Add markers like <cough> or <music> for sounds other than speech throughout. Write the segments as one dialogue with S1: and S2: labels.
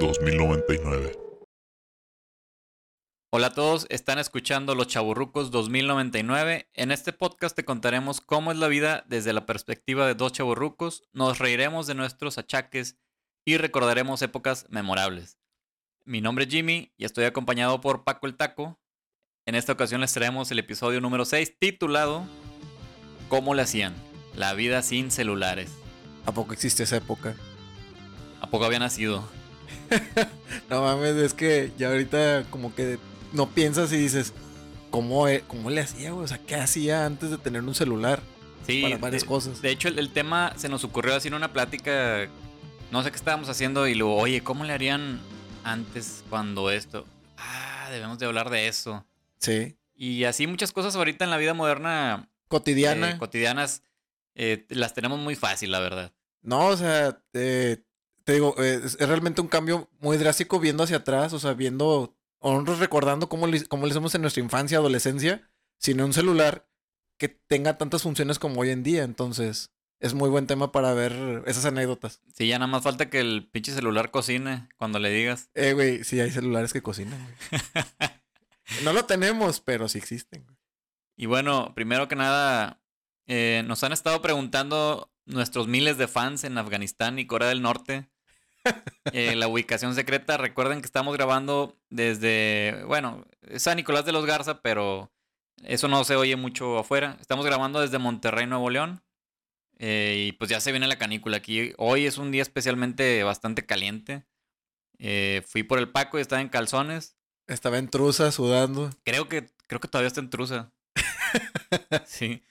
S1: 2099.
S2: Hola a todos, están escuchando Los Chaburrucos 2099. En este podcast te contaremos cómo es la vida desde la perspectiva de dos chaburrucos, nos reiremos de nuestros achaques y recordaremos épocas memorables. Mi nombre es Jimmy y estoy acompañado por Paco el Taco. En esta ocasión les traemos el episodio número 6 titulado ¿Cómo le hacían? La vida sin celulares.
S3: ¿A poco existe esa época?
S2: ¿A poco había nacido?
S3: No mames, es que ya ahorita como que no piensas y dices, ¿cómo, e- cómo le hacía, güey? O sea, ¿qué hacía antes de tener un celular?
S2: Sí,
S3: para varias
S2: de-
S3: cosas.
S2: De hecho, el, el tema se nos ocurrió así en una plática. No sé qué estábamos haciendo y luego, oye, ¿cómo le harían antes cuando esto? Ah, debemos de hablar de eso.
S3: Sí.
S2: Y así muchas cosas ahorita en la vida moderna eh,
S3: Cotidiana.
S2: cotidianas eh, las tenemos muy fácil, la verdad.
S3: no, o sea, eh, te digo, eh, es, es realmente un cambio muy drástico viendo hacia atrás, o sea, viendo, o nosotros recordando cómo le, cómo le hicimos en nuestra infancia, adolescencia, sin un celular que tenga tantas funciones como hoy en día. Entonces, es muy buen tema para ver esas anécdotas.
S2: Sí, ya nada más falta que el pinche celular cocine cuando le digas.
S3: Eh, güey, sí hay celulares que cocinan, güey.
S2: <laughs>
S3: No lo tenemos, pero sí existen. güey.
S2: Y bueno, primero que nada, eh, nos han estado preguntando nuestros miles de fans en Afganistán y Corea del Norte. eh, la ubicación secreta, recuerden que estamos grabando desde, bueno, es San Nicolás de los Garza, pero eso no se oye mucho afuera. Estamos grabando desde Monterrey, Nuevo León. eh, y pues ya se viene la canícula aquí. Hoy es un día especialmente bastante caliente. Eh, fui por el Paco y estaba en calzones.
S3: Estaba en trusa, sudando.
S2: Creo que, creo que todavía está en trusa. <laughs> sí.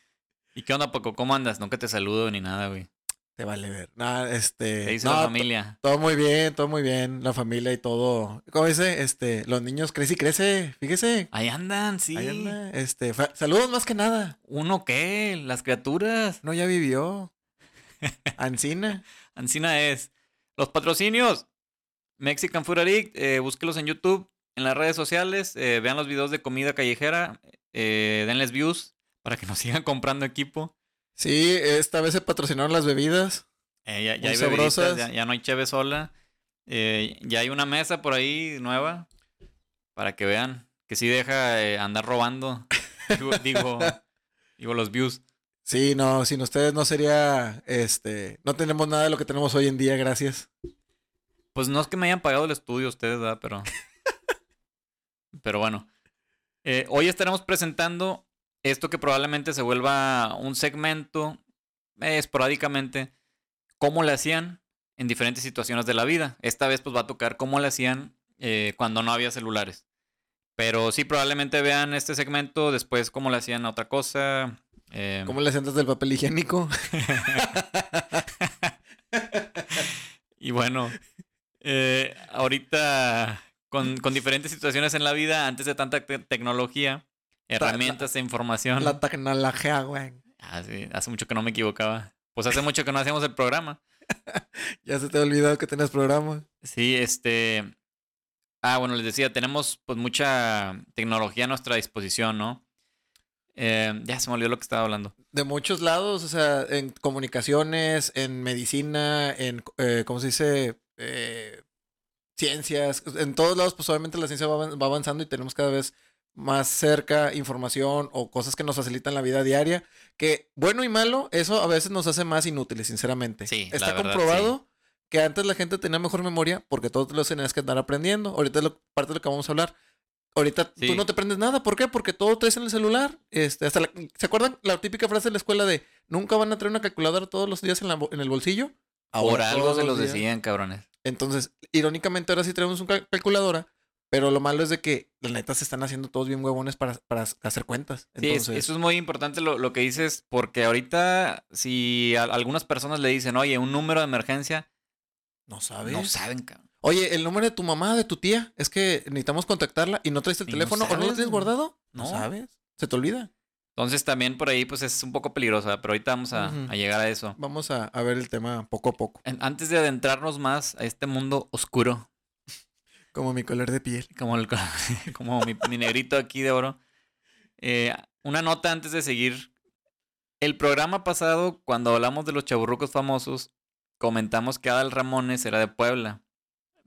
S2: ¿Y qué onda, Paco? ¿Cómo andas? Nunca te saludo ni nada, güey.
S3: Te vale ver. Nada, este.
S2: Te dice
S3: no,
S2: la
S3: to-
S2: familia.
S3: Todo muy bien, todo muy bien. La familia y todo. ¿Cómo dice? Este, los niños crece y crece. Fíjese.
S2: Ahí andan, sí.
S3: Ahí anda. Este, fa- saludos más que nada.
S2: ¿Uno qué? Las criaturas.
S3: No, ya vivió.
S2: <laughs>
S3: Ancina.
S2: Ancina es. Los patrocinios. Mexican Food Addict. eh, búsquelos en YouTube, en las redes sociales. eh, vean los videos de comida callejera. eh, denles views para que nos <laughs> sigan comprando equipo.
S3: Sí, esta vez se patrocinaron las bebidas.
S2: Eh, ya, ya
S3: Muy
S2: hay bebiditas,
S3: sabrosas.
S2: ya, ya no hay cheve sola. Eh, ya hay una mesa por ahí nueva para que vean que sí deja eh, andar robando. <laughs> Digo, digo, digo los views.
S3: Sí, no, sin ustedes no sería, este, no tenemos nada de lo que tenemos hoy en día, gracias.
S2: Pues no es que me hayan pagado el estudio ustedes, ¿verdad? Pero. Pero bueno. Eh, hoy estaremos presentando esto que probablemente se vuelva un segmento eh, esporádicamente. Cómo le hacían en diferentes situaciones de la vida. Esta vez pues va a tocar cómo le hacían eh, cuando no había celulares. Pero sí, probablemente vean este segmento, después cómo le hacían a otra cosa. eh,
S3: ¿Cómo le sientas del papel higiénico?
S2: Y bueno, eh, ahorita con, con diferentes situaciones en la vida, antes de tanta te- tecnología, herramientas de información.
S3: La tecnología, güey.
S2: Ah, sí, hace mucho que no me equivocaba. Pues hace mucho que no hacíamos el programa.
S3: Ya se te ha olvidado que tenías programa.
S2: Sí, este. Ah, bueno, les decía, tenemos pues mucha tecnología a nuestra disposición, ¿no? Eh, ya se me olvidó lo que estaba hablando.
S3: De muchos lados, o sea, en comunicaciones, en medicina, en, eh, ¿cómo se dice? Eh, ciencias. En todos lados, pues obviamente la ciencia va, avan- va avanzando y tenemos cada vez más cerca información o cosas que nos facilitan la vida diaria. Que bueno y malo, eso a veces nos hace más inútiles, sinceramente.
S2: Sí, la
S3: Está
S2: verdad,
S3: comprobado que antes la gente tenía mejor memoria porque todo te lo tenías que andar aprendiendo. Ahorita es lo, parte de lo que vamos a hablar. Ahorita
S2: Sí.
S3: tú no te aprendes nada. ¿Por qué? Porque todo traes en el celular. Este, hasta la- ¿Se acuerdan la típica frase de la escuela de nunca van a traer una calculadora todos los días en, la bo- en el bolsillo?
S2: Por
S3: Ahora
S2: algo
S3: todos
S2: se los
S3: días.
S2: decían, cabrones.
S3: Entonces, irónicamente, ahora sí traemos una calculadora, pero lo malo es de que la neta se están haciendo todos bien huevones para, para hacer cuentas.
S2: Sí, es-
S3: Entonces,
S2: eso es muy importante lo, lo que dices, porque ahorita si a algunas personas le dicen, oye, un número de emergencia,
S3: no sabes.
S2: no saben, cabrón.
S3: Oye, el número de tu mamá, de tu tía, es que necesitamos contactarla y no traes el
S2: Y no
S3: teléfono o no
S2: sabes,
S3: lo tienes
S2: güey.
S3: guardado.
S2: No.
S3: No sabes. Se te olvida.
S2: Entonces también por ahí pues es un poco peligrosa, pero ahorita vamos a,
S3: Ujú.
S2: a llegar a eso.
S3: Vamos a, a ver el tema poco a poco.
S2: En- Antes de adentrarnos más a este mundo oscuro,
S3: Como mi color de piel.
S2: como, el- <laughs> como mi, mi negrito aquí de oro, eh, una nota antes de seguir. El programa pasado, cuando hablamos de los chaburrucos famosos, comentamos que Adal Ramones era de Puebla,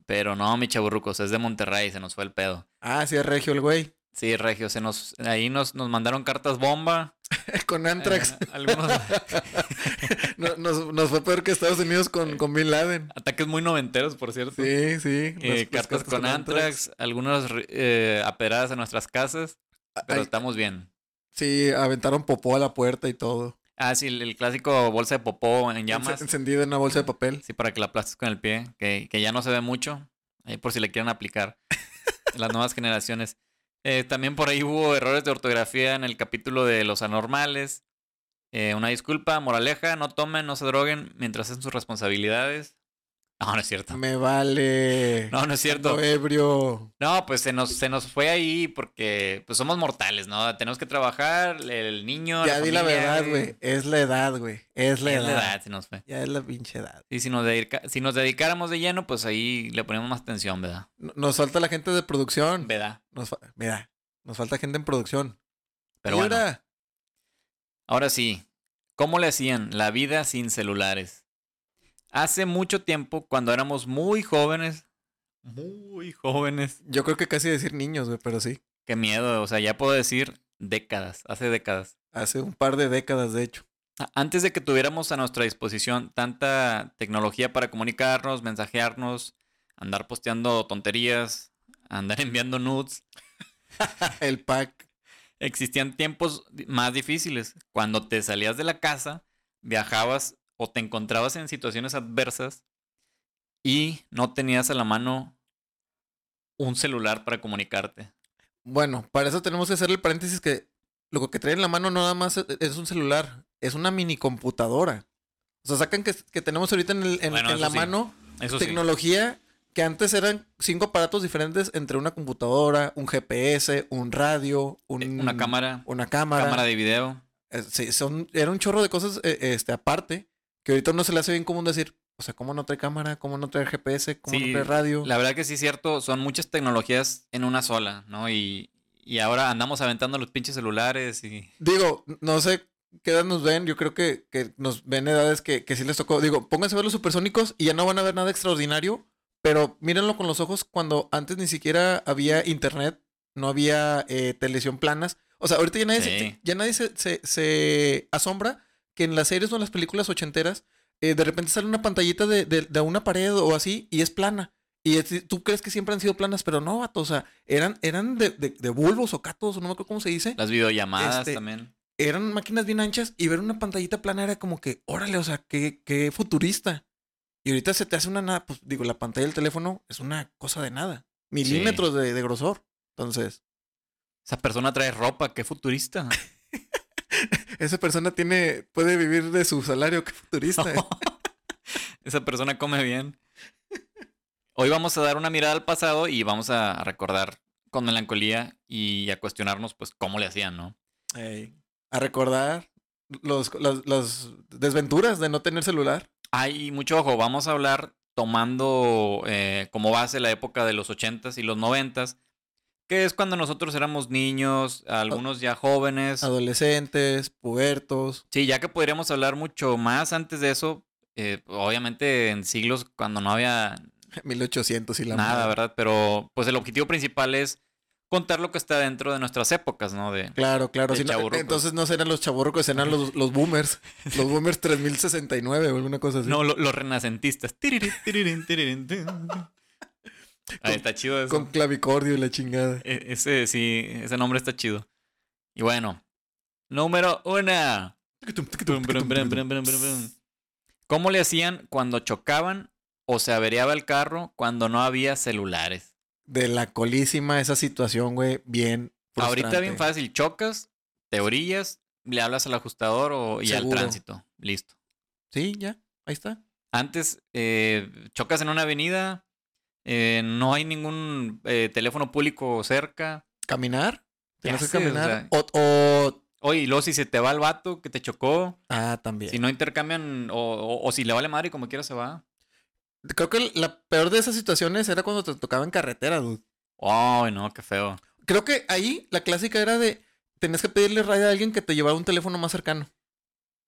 S2: Pero no, mi chaburrucos, es de Monterrey, se nos fue el pedo.
S3: Ah, sí, es regio el güey. <laughs>
S2: Sí, Regio, se nos, ahí nos, nos mandaron cartas bomba.
S3: Con Antrax.
S2: eh, algunos
S3: <laughs> No- Nos, nos fue peor que Estados Unidos con, con Bin Laden.
S2: ataques muy noventeros, por cierto.
S3: Sí, pues, sí. las-
S2: Eh,
S3: las
S2: cartas con Antrax, algunas ri- eh, aperadas en nuestras casas, pero
S3: Ah, Ay,
S2: estamos bien.
S3: sí, aventaron popó a la puerta y todo.
S2: Ah, sí, el, el clásico bolsa de popó en
S3: Encendido
S2: llamas.
S3: Encendida en una bolsa de papel.
S2: Sí, para que la aplastes con el pie, que, que ya no se ve mucho, ahí por si le quieren aplicar las nuevas generaciones. Eh, también por ahí hubo errores de ortografía en el capítulo de los anormales. Eh, una disculpa, moraleja, no tomen, no se droguen mientras hacen sus responsabilidades. No, no es cierto.
S3: Me vale.
S2: No, no es cierto.
S3: Ando ebrio.
S2: No, pues se nos, se nos fue ahí porque pues somos mortales, ¿no? Tenemos que trabajar, el niño.
S3: ya di la
S2: familia, eh,
S3: verdad, güey. Es la edad, güey. Es la
S2: Es
S3: edad.
S2: la edad, se nos fue.
S3: Ya es la pinche edad.
S2: Y si nos, dedica- si nos dedicáramos de lleno, pues ahí le ponemos más atención, ¿verdad?
S3: No- Nos falta la gente de producción.
S2: ¿Verdad?
S3: Nos fa- Mira, nos falta gente en producción.
S2: Pero
S3: Y
S2: bueno,
S3: ahora,
S2: ahora sí. ¿Cómo le hacían la vida sin celulares? Hace mucho tiempo, cuando éramos muy jóvenes, muy jóvenes,
S3: yo creo que casi decir niños, güey, pero sí.
S2: qué miedo, o sea, ya puedo decir décadas, hace décadas.
S3: Hace un par de décadas, de hecho. <laughs>
S2: A- Antes de que tuviéramos a nuestra disposición tanta tecnología para comunicarnos, mensajearnos, andar posteando tonterías, <laughs> andar enviando nudes,
S3: El pack.
S2: existían tiempos di- más difíciles. Cuando te salías de la casa, viajabas o te encontrabas en situaciones adversas y no tenías a la mano un celular para comunicarte.
S3: Bueno, para eso tenemos que hacer el paréntesis que lo que trae en la mano no nada más es- es un celular, es una mini computadora. O sea, sacan que, que tenemos ahorita en, el- en-
S2: Bueno,
S3: en
S2: eso
S3: la
S2: sí.
S3: mano
S2: Eso sí.
S3: tecnología que antes eran cinco aparatos diferentes entre una computadora, un GPS, un radio, un-
S2: eh, Una cámara,
S3: una cámara.
S2: cámara de video.
S3: Eh, sí, son, era un chorro de cosas eh, este, aparte que ahorita no se le hace bien común decir, o sea, ¿cómo no trae cámara? ¿Cómo no trae GPS? ¿Cómo
S2: Sí,
S3: no trae radio?
S2: La verdad que sí es cierto, son muchas tecnologías en una sola, ¿no? Y, y ahora andamos aventando los pinches celulares y...
S3: Digo, no sé qué edad nos ven. Yo creo que, que nos ven edades que, que sí les tocó. Digo, pónganse a ver los supersónicos y ya no van a ver nada extraordinario. Pero mírenlo con los ojos cuando antes ni siquiera había internet, no había eh, televisión planas. O sea, ahorita ya nadie,
S2: Sí.
S3: se, ya nadie se, se- se asombra que en las series o en las películas ochenteras eh, de repente sale una pantallita de, de- de una pared o así y es plana. Y es- tú crees que siempre han sido planas, pero no, vato. O sea, eran, eran de, de- de bulbos o catos, o no me acuerdo cómo se dice
S2: Las videollamadas
S3: Este,
S2: también.
S3: eran máquinas bien anchas y ver una pantallita plana era como que, órale, o sea, qué, qué futurista. Y ahorita se te hace una nada, pues digo, la pantalla del teléfono es una cosa de nada. Milímetros de, de grosor. Entonces,
S2: Esa persona trae ropa, qué futurista.
S3: esa persona tiene, puede vivir de su salario, qué futurista.
S2: <laughs>
S3: ¿eh?
S2: Esa persona come bien. Hoy vamos a dar una mirada al pasado y vamos a recordar con melancolía y a cuestionarnos, pues, cómo le hacían, ¿no?
S3: <laughs> Ey. A recordar los, las, las desventuras de no tener celular.
S2: Hay mucho ojo, vamos a hablar tomando eh, como base la época de los 80s y los 90s, que es cuando nosotros éramos niños, algunos ya jóvenes.
S3: Adolescentes, <laughs> pubertos.
S2: Sí, ya que podríamos hablar mucho más antes de eso, eh, obviamente en siglos cuando no había
S3: 1800 y la
S2: nada,
S3: madre.
S2: ¿verdad? Pero pues el objetivo principal es contar lo que está dentro de nuestras épocas, ¿no? De,
S3: Claro, claro.
S2: De
S3: sí, no-
S2: chavorrucos.
S3: entonces no serán los chaborrucos, serán los, los boomers. Los boomers 3069 o alguna cosa así.
S2: no, lo- los renacentistas.
S3: <laughs>
S2: Tiririn, tiririn, tiririn, tin. Ah, está chido eso.
S3: Con clavicordio y la chingada.
S2: E- ese sí, ese nombre está chido. Y bueno, número una. Brum, brum, brum, brum, brum, brum, brum. ¿Cómo le hacían cuando chocaban o se averiaba el carro cuando no había celulares?
S3: De la colísima esa situación, güey. Bien.
S2: Ahorita
S3: frustrante.
S2: bien fácil, chocas, te orillas, le hablas al ajustador o, y
S3: Seguro.
S2: al tránsito. Listo.
S3: Sí, ya. Ahí está.
S2: Antes eh, chocas en una avenida, eh, no hay ningún eh, teléfono público cerca.
S3: Caminar. Tienes que
S2: haces? O
S3: caminar. O, o-
S2: Oye, y luego si se te va el vato que te chocó,
S3: Ah, también.
S2: si no intercambian o, o- o si le vale madre y como quiera se va.
S3: Creo que la peor de esas situaciones era cuando te tocaba en carretera, dude.
S2: Ay, no, qué feo.
S3: Creo que ahí la clásica era de... Tenías que pedirle radio a alguien que te llevara un teléfono más cercano.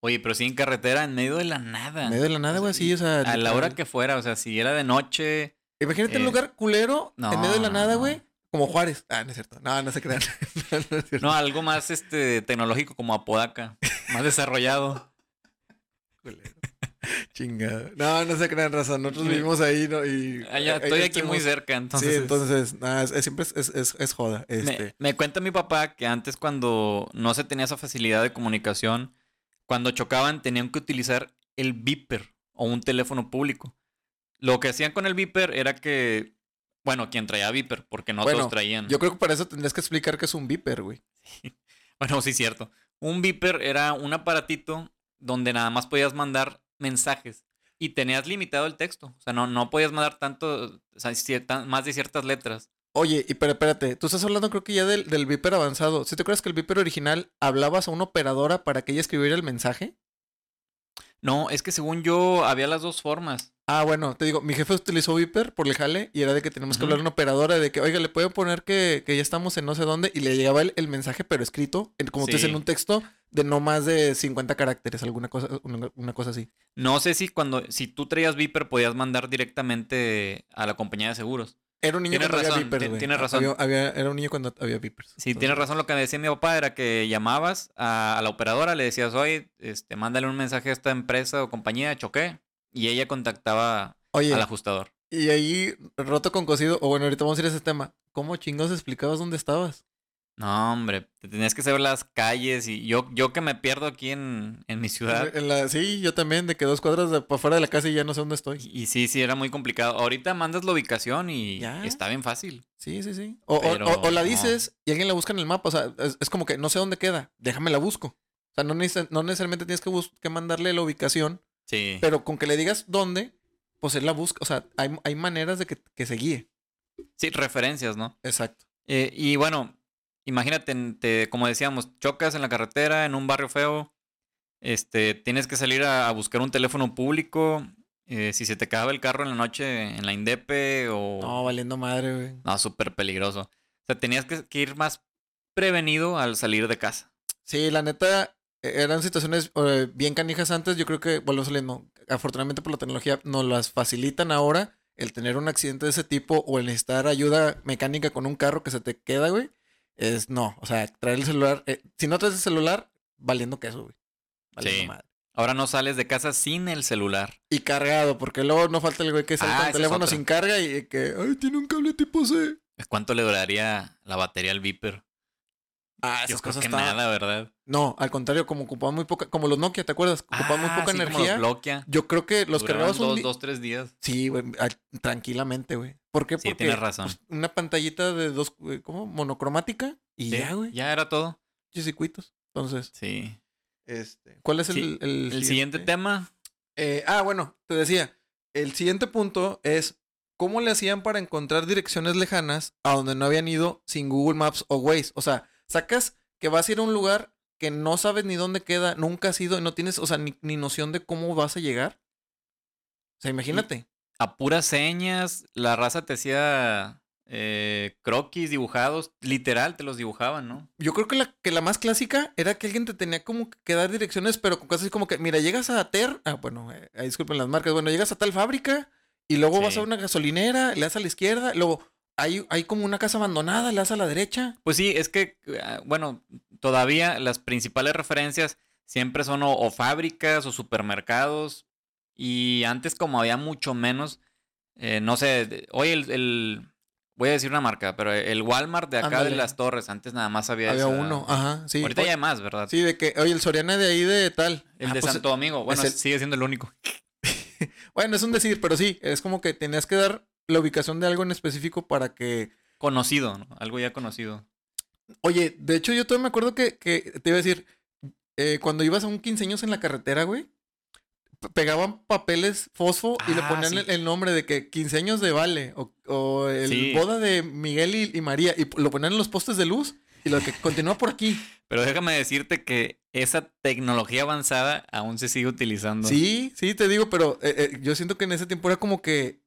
S2: Oye, pero sí en carretera, en medio de la nada.
S3: En medio de la nada, güey. Sí, o sea...
S2: a la hora que fuera, o sea, si era de noche,
S3: Imagínate un
S2: Eh,
S3: lugar culero
S2: no,
S3: en medio de la
S2: no,
S3: nada,
S2: no.
S3: güey. Como Juárez. Ah, no es cierto. No, no se crean. <laughs> no, no es cierto.
S2: No, algo más este tecnológico como Apodaca, más <laughs> desarrollado.
S3: Culero. Chingado. No, no se crean, raza. Nosotros vivimos ahí ¿no? y...
S2: Allá Ah, estoy aquí muy
S3: estuvimos.
S2: cerca, entonces.
S3: sí, entonces, nada, es, es- siempre es, es- es- es joda.
S2: Me,
S3: Este.
S2: me cuenta mi papá que antes cuando no se tenía esa facilidad de comunicación, cuando chocaban tenían que utilizar el beeper o un teléfono público. Lo que hacían con el beeper era que, bueno, quien traía beeper, porque no
S3: Bueno,
S2: todos traían.
S3: Yo creo que para eso tendrías que explicar que es un viper, güey.
S2: <laughs> Bueno, sí, cierto. Un beeper era un aparatito donde nada más podías mandar mensajes y tenías limitado el texto. O sea, no, no podías mandar tanto, o sea, cierta- más de ciertas letras.
S3: Oye, y pero espérate, tú estás hablando creo que ya del, del viper avanzado. ¿Sí te acuerdas que el viper original hablabas a una operadora para que ella escribiera el mensaje?
S2: No, es que según yo había las dos formas.
S3: Ah, bueno, te digo, mi jefe utilizó Viper por el jale y era de que tenemos que
S2: Ujú.
S3: hablar a una operadora de que, oiga, le pueden poner que, que ya estamos en no sé dónde y le llegaba el, el mensaje, pero escrito, en- como tú dices, en
S2: Sí.
S3: un texto de no más de 50 caracteres, alguna cosa, una, una cosa así.
S2: No sé si cuando, si tú traías Viper podías mandar directamente a la compañía de seguros.
S3: Era un niño
S2: Tienes
S3: cuando
S2: razón,
S3: había Viper,
S2: ti-
S3: güey.
S2: tienes razón.
S3: Había- había- era un niño cuando había Vipers.
S2: Sí,
S3: Entonces,
S2: tienes razón lo que me decía mi papá, era que llamabas a, a la operadora, le decías, oye, este, mándale un mensaje a esta empresa o compañía, choqué. Y ella contactaba
S3: Oye,
S2: al ajustador.
S3: y ahí, roto con cocido, o bueno, ahorita vamos a ir a ese tema. ¿Cómo chingados explicabas dónde estabas?
S2: No, hombre, te tenías que saber las calles y yo, yo que me pierdo aquí en, en mi ciudad.
S3: En la- sí, yo también, de que dos cuadras de, para afuera de la casa y ya no sé dónde estoy.
S2: Y, y sí, sí, era muy complicado. Ahorita mandas la ubicación y
S3: ¿Ya?
S2: está bien fácil.
S3: Sí, sí, sí. O, o-
S2: Pero
S3: o- o la
S2: no.
S3: dices y alguien la busca en el mapa. O sea, es, es como que no sé dónde queda. Déjame la busco. O sea, no, neces- no necesariamente tienes que, bus- que mandarle la ubicación,
S2: Sí.
S3: pero con que le digas dónde, pues él la busca. O sea, hay, hay maneras de que, que se guíe.
S2: Sí, referencias, ¿no?
S3: Exacto.
S2: Eh, y bueno, imagínate, en- te- como decíamos, chocas en la carretera, en un barrio feo, este, tienes que salir a, a buscar un teléfono público, eh, si se te acaba el carro en la noche en la Indepe o...
S3: No, valiendo madre, güey.
S2: No, súper peligroso. O sea, tenías que, que ir más prevenido al salir de casa.
S3: Sí, la neta, eh, eran situaciones eh, bien canijas antes. Yo creo que, bueno, saliendo, afortunadamente por la tecnología, nos las facilitan ahora el tener un accidente de ese tipo o el necesitar ayuda mecánica con un carro que se te queda, güey. Es no, o sea, traer el celular. eh, si no traes el celular, valiendo queso, güey. Valiendo
S2: Sí.
S3: madre.
S2: Ahora no sales de casa sin el celular.
S3: Y cargado, porque luego no falta el güey que
S2: Ah,
S3: salta
S2: esa
S3: el
S2: es
S3: teléfono
S2: otra.
S3: sin carga y que, ay, tiene un cable tipo C.
S2: ¿Cuánto le duraría la batería al Viper?
S3: Ah,
S2: Yo
S3: esas
S2: creo
S3: cosas
S2: que
S3: estaban-
S2: nada, ¿verdad?
S3: No, al contrario, como ocupaban muy poca, como los Nokia, ¿te acuerdas? Ocupaban muy
S2: Ah, sí,
S3: poca
S2: como
S3: energía.
S2: los bloquea.
S3: Yo creo que los
S2: Duraban
S3: cargabas un
S2: dos,
S3: di-
S2: dos, tres días.
S3: Sí, güey, a- tranquilamente, güey. ¿Por qué?
S2: Sí,
S3: Porque
S2: tienes razón.
S3: pues, una pantallita de dos, eh, ¿cómo? Monocromática y
S2: Sí,
S3: ya, güey.
S2: Ya era todo.
S3: muchos circuitos. Entonces,
S2: Sí.
S3: este, ¿cuál es el,
S2: Sí,
S3: el
S2: El siguiente tema,
S3: Eh, ah, bueno, te decía, el siguiente punto es cómo le hacían para encontrar direcciones lejanas a donde no habían ido sin Google Maps o Waze. O sea, sacas que vas a ir a un lugar que no sabes ni dónde queda, nunca has ido, no tienes, o sea, ni, ni noción de cómo vas a llegar. O sea, imagínate.
S2: a puras señas, la raza te hacía eh, croquis dibujados, literal, te los dibujaban, ¿no?
S3: Yo creo que la, que la más clásica era que alguien te tenía como que dar direcciones, pero con cosas así como que, mira, llegas a Ter, ah, bueno, eh, ahí disculpen las marcas, bueno, llegas a tal fábrica y luego vas
S2: Sí.
S3: a una gasolinera, le das a la izquierda, luego hay, hay como una casa abandonada, le das a la derecha.
S2: Pues sí, es que, ah, bueno, todavía las principales referencias siempre son o, o fábricas o supermercados. Y antes como había mucho menos, eh, no sé, de- oye, el, el- voy a decir una marca, pero el Walmart de acá
S3: Ándale.
S2: de las torres, antes nada más había...
S3: Había
S2: esa-
S3: uno, ajá, sí.
S2: Ahorita
S3: Oye,
S2: ya hay más, ¿verdad?
S3: Sí, de que, oye, el Soriana de ahí de tal.
S2: El
S3: Ah,
S2: de
S3: pues,
S2: Santo Domingo, bueno,
S3: el-
S2: sigue siendo el único.
S3: Bueno, es un decir, pero sí, es como que tenías que dar la ubicación de algo en específico para que
S2: Conocido, ¿no? algo ya conocido.
S3: Oye, de hecho, yo todavía me acuerdo que, que te iba a decir, eh, cuando ibas a un 15 años en la carretera, güey, pe- pegaban papeles fosfo y le
S2: Ah,
S3: ponían
S2: sí.
S3: el, el nombre de que 15 años de Vale o, o el
S2: Sí.
S3: boda de Miguel y, y María y lo ponían en los postes de luz y lo que continúa por
S2: <laughs>
S3: aquí.
S2: Pero déjame decirte que esa tecnología avanzada aún se sigue utilizando.
S3: Sí, sí, te digo, pero eh, eh, yo siento que en ese tiempo era como que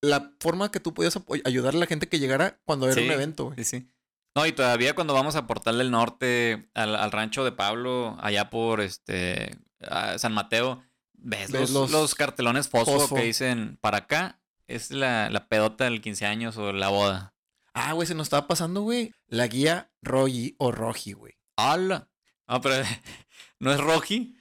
S3: la forma que tú podías apo- ayudar a la gente que llegara cuando era un
S2: Sí.
S3: evento, güey.
S2: Sí, sí. No, y todavía cuando vamos a Portal del Norte, al, al rancho de Pablo, allá por este a San Mateo, ves, los,
S3: Ves los-
S2: los cartelones fosfo,
S3: fosfo.
S2: que dicen para acá es la, la pedota del 15 años o la boda.
S3: Ah, güey, se nos estaba pasando, güey. La guía Rogi o Roji, güey.
S2: ¡Hala! No, pero <laughs> no es Roji.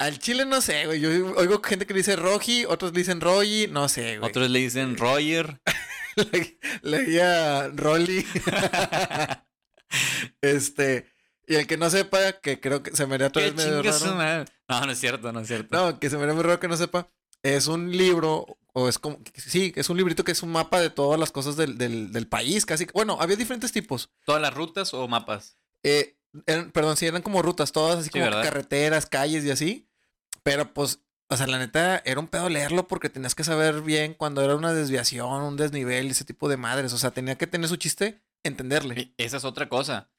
S3: Al chile no sé, güey. Yo oigo gente que le dice Roji, otros le dicen Rogi, no sé, <laughs> güey.
S2: Otros le dicen Roger.
S3: la, la guía Rolly. <laughs> este. Y el que no sepa, que creo que se me haría otra
S2: ¿Qué
S3: vez medio
S2: chingas su
S3: raro.
S2: madre? No, no es cierto, no es cierto.
S3: No, que se me haría muy raro que no sepa. Es un libro, o es como. Sí, es un librito que es un mapa de todas las cosas del, del, del país, casi. Bueno, había diferentes tipos.
S2: ¿Todas las rutas o mapas?
S3: Eh, eran- perdón, sí, eran como rutas todas, así como que
S2: ¿verdad?
S3: carreteras, calles y así. Pero pues, o sea, la neta, era un pedo leerlo porque tenías que saber bien cuando era una desviación, un desnivel, ese tipo de madres. O sea, tenía que tener su chiste, entenderle.
S2: E- Esa es otra cosa.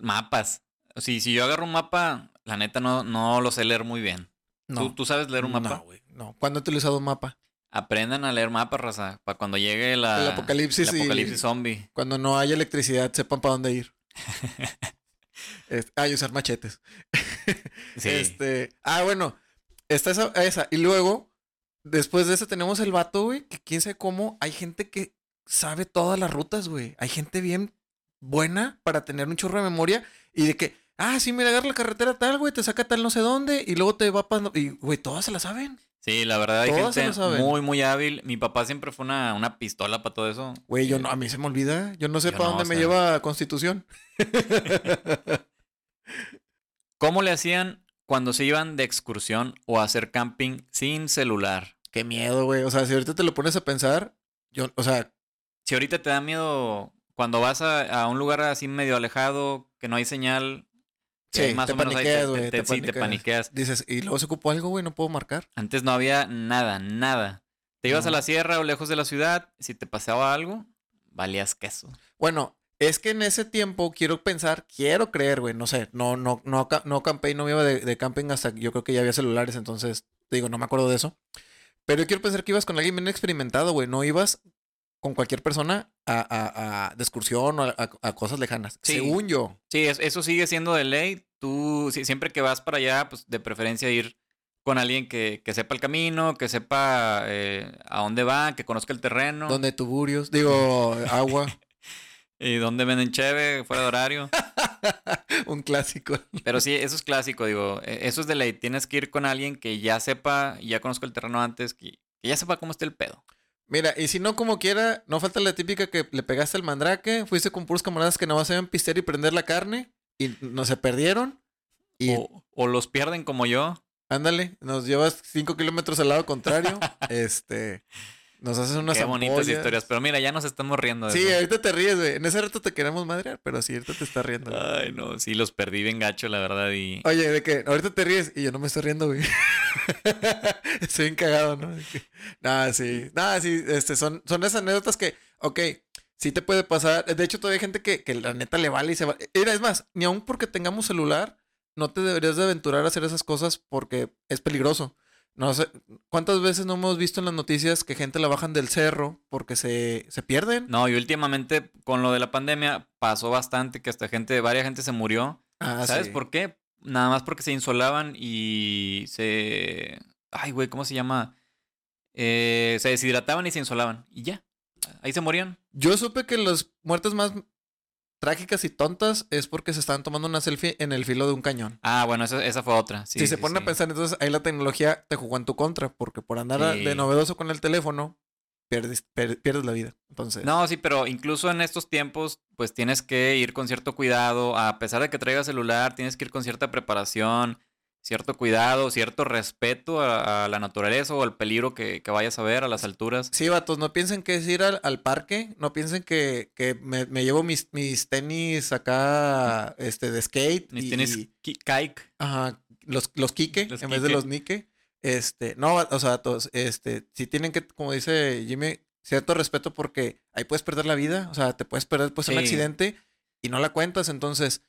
S2: Mapas. Si, si yo agarro un mapa, la neta no, no lo sé leer muy bien.
S3: No.
S2: ¿Tú, tú sabes leer un mapa?
S3: No, güey. No. ¿Cuándo he utilizado un mapa?
S2: Aprendan a leer mapas, raza. Para cuando llegue la,
S3: El apocalipsis
S2: Ah, el
S3: y-
S2: apocalipsis zombie.
S3: Cuando no haya electricidad, sepan para
S2: <laughs>
S3: dónde ir. Es- ah, y usar machetes.
S2: Sí.
S3: Este, ah, bueno, está esa, esa. Y luego, después de eso tenemos el vato, güey, que quién sabe cómo. Hay gente que sabe todas las rutas, güey. Hay gente bien buena para tener un chorro de memoria y de que, ah, sí, mira, agarra la carretera tal, güey, te saca tal no sé dónde y luego te va para... Y, güey, todas se la saben.
S2: Sí, la verdad hay
S3: Todos se
S2: gente
S3: lo saben.
S2: muy, muy hábil. Mi papá siempre fue una, una pistola para todo eso.
S3: Güey, yo
S2: Eh,
S3: no, a mí se me olvida. Yo no sé
S2: Yo
S3: para
S2: no,
S3: dónde
S2: o
S3: me
S2: sea-
S3: lleva Constitución. <laughs>
S2: ¿Cómo le hacían cuando se iban de excursión o a hacer camping sin celular?
S3: Qué miedo, güey. O sea, si ahorita te lo pones a pensar, yo, o sea,
S2: Si ahorita te da miedo cuando vas a, a un lugar así medio alejado, que no hay señal, que
S3: sí,
S2: más
S3: te
S2: o menos ahí
S3: paniqueas, güey.
S2: te, sí, te paniqueas.
S3: Dices, y luego se ocupó algo, güey, no puedo marcar.
S2: Antes no había nada, nada. Te ibas a
S3: No.
S2: la sierra o lejos de la ciudad, si te pasaba algo, valías queso.
S3: Bueno, es que en ese tiempo quiero pensar, quiero creer, güey, no sé, no, no, no, ca- no campé y no me iba de, de camping hasta yo creo que ya había celulares, entonces, te digo, no me acuerdo de eso. Pero yo quiero pensar que ibas con alguien bien experimentado, güey, no ibas con cualquier persona a, a- a- de excursión o a, a- a cosas lejanas.
S2: Sí.
S3: Según yo.
S2: Sí, es- eso sigue siendo de ley. Tú, si- siempre que vas para allá, pues de preferencia ir con alguien que, que sepa el camino, que sepa eh, a dónde va, que conozca el terreno
S3: Donde tuburios, digo, agua,
S2: y dónde venden cheve fuera de
S3: <laughs>
S2: horario.
S3: un clásico.
S2: Pero sí, eso es clásico, digo, e- eso es de ley. Tienes que ir con alguien que ya sepa, ya conozca el terreno antes, que, que ya sepa cómo está el pedo.
S3: Mira, y si no como quiera, no falta la típica que le pegaste al mandrake, fuiste con puros camaradas que no vas a pistear y prender la carne, y no se perdieron, y
S2: O, o los pierden como yo.
S3: ándale, nos llevas cinco kilómetros al lado
S2: <laughs>
S3: contrario, este, nos haces unas
S2: Qué bonitas
S3: ampollas.
S2: historias. Pero mira, ya nos estamos riendo de
S3: Sí,
S2: eso.
S3: ahorita te ríes, güey, en ese rato te queremos madrear, pero sí, ahorita te estás riendo. güey.
S2: Ay, no, sí, los perdí bien gacho, la verdad. Y
S3: Oye, de que ahorita te ríes y yo no me estoy riendo, güey. <laughs> estoy bien cagado, ¿no? De que- Nada, sí. Nada, sí. Este, son, son esas anécdotas que, ok, sí te puede pasar. De hecho, todavía hay gente que, que la neta le vale y se va. Mira, es más, ni aun porque tengamos celular, no te deberías de aventurar a hacer esas cosas porque es peligroso. No sé, ¿cuántas veces no hemos visto en las noticias que gente la bajan del cerro porque se, se pierden?
S2: no, y últimamente con lo de la pandemia pasó bastante que hasta gente, varias gente se murió.
S3: Ah,
S2: ¿Sabes
S3: sí.
S2: por qué? Nada más porque se insolaban y se. Ay, güey, ¿cómo se llama? Eh, se deshidrataban y se insolaban. Y ya. Ahí se morían.
S3: Yo supe que las muertes más trágicas y tontas es porque se estaban tomando una selfie en el filo de un cañón.
S2: Ah, bueno, esa, esa fue otra. Sí,
S3: si se
S2: sí,
S3: ponen
S2: sí.
S3: a pensar, entonces ahí la tecnología te jugó en tu contra, porque por andar a- de
S2: Sí.
S3: novedoso con el teléfono, pierdes, per- pierdes la vida. Entonces,
S2: No, sí, pero incluso en estos tiempos, pues tienes que ir con cierto cuidado. A pesar de que traigas celular, tienes que ir con cierta preparación, cierto cuidado, cierto respeto a, a la naturaleza o al peligro que, que vayas a ver a las alturas.
S3: sí, vatos, no piensen que es ir al, al parque, no piensen que, que me, me llevo mis, mis tenis acá este, de skate.
S2: Ni
S3: y-
S2: tienes
S3: y-
S2: ki- kayak.
S3: Ajá, los, los Kike
S2: Los
S3: en vez de
S2: Kike.
S3: los Nike. Este, no, o sea, todos, este, sí tienen que, como dice Jimmy, cierto respeto porque ahí puedes perder la vida, o sea, te puedes perder pues un
S2: Sí.
S3: accidente y no la cuentas, entonces,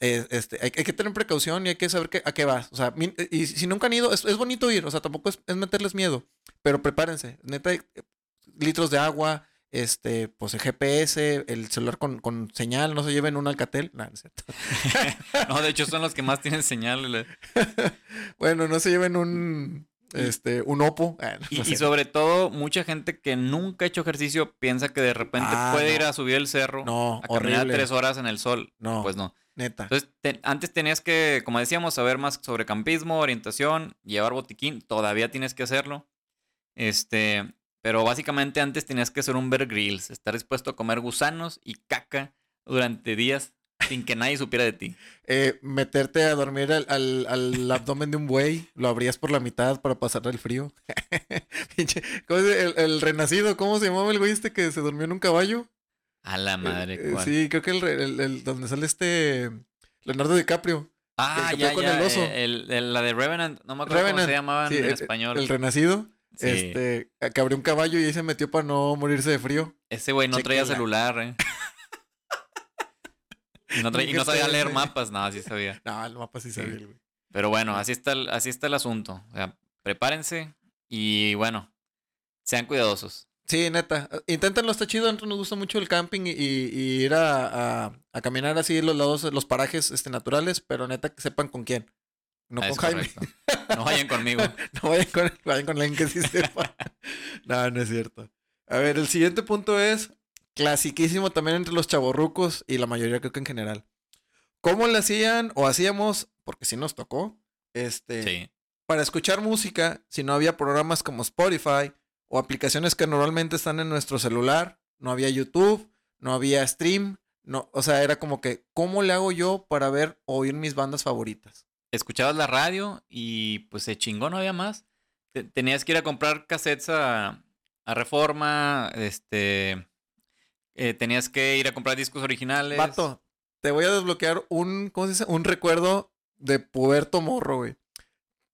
S3: eh, este, hay, hay que tener precaución y hay que saber que- a qué vas, o sea, mi- y si nunca han ido, es, es bonito ir, o sea, tampoco es, es meterles miedo, pero prepárense, neta, eh, litros de agua, este, pues el GPS, el celular con, con señal, no se lleven un alcatel, nada, no es cierto.
S2: eh, No, de hecho son los que más tienen señal.
S3: Bueno, no se lleven un, este, un opo. Ah, <laughs> no
S2: Y, y
S3: sé.
S2: sobre todo, mucha gente que nunca ha hecho ejercicio piensa que de repente
S3: Ah,
S2: puede
S3: no.
S2: ir a subir el cerro,
S3: no,
S2: a caminar
S3: horrible.
S2: tres horas en el sol.
S3: No,
S2: Pues no.
S3: neta.
S2: Entonces, te- antes tenías que, como decíamos, saber más sobre campismo, orientación, llevar botiquín. Todavía tienes que hacerlo. Este, pero básicamente antes tenías que ser un Bear Grylls, estar dispuesto a comer gusanos y caca durante días sin que nadie supiera de ti.
S3: Eh, meterte a dormir al, al- al abdomen de un buey, lo abrías por la mitad para pasar el frío. <laughs> Pinche- ¿cómo se- el, el renacido, ¿cómo se llamaba el güey este que se durmió en un caballo?
S2: A la madre.
S3: Eh, eh,
S2: ¿cuál?
S3: sí, creo que el, re- el- el- donde sale este Leonardo DiCaprio.
S2: Ah,
S3: el que
S2: ya,
S3: fue con
S2: ya,
S3: el oso.
S2: eh, el- el- la de Revenant, no me acuerdo cómo
S3: Revenant,
S2: se llamaban
S3: sí,
S2: en
S3: el-
S2: español.
S3: El renacido.
S2: Sí,
S3: Este, que abrió un caballo y ahí se metió para no morirse de frío.
S2: Ese güey no traía
S3: chéquenla.
S2: celular, eh. Y no, tra- y no sabía leer mapas, no, así sabía.
S3: No, el mapa sí se
S2: Sí.
S3: ve, güey.
S2: Pero bueno, así está el, así está el asunto. O sea, prepárense y bueno, sean cuidadosos.
S3: Sí, neta. Inténtenlo, está chido. A nosotros nos gusta mucho el camping y, y ir a, a- a caminar así los lados, los parajes este, naturales, pero neta que sepan con quién. No
S2: Ah,
S3: con
S2: es
S3: Jaime.
S2: correcto. No vayan conmigo.
S3: <laughs> No vayan con, vayan con alguien que sí sepa. <laughs> no, no es cierto. A ver, el siguiente punto es clasiquísimo también entre los chavorrucos y la mayoría creo que en general. ¿Cómo le hacían o hacíamos? Porque sí nos tocó. Este,
S2: Sí.
S3: para escuchar música, si no había programas como Spotify o aplicaciones que normalmente están en nuestro celular, no había YouTube, no había stream, no, o sea, era como que, ¿cómo le hago yo para ver o oír mis bandas favoritas?
S2: Escuchabas la radio y pues se chingó, no había más. Te- tenías que ir a comprar cassettes a, a Reforma, este... eh, tenías que ir a comprar discos originales.
S3: Vato, te voy a desbloquear un, ¿cómo se dice? Un recuerdo de puberto morro, güey.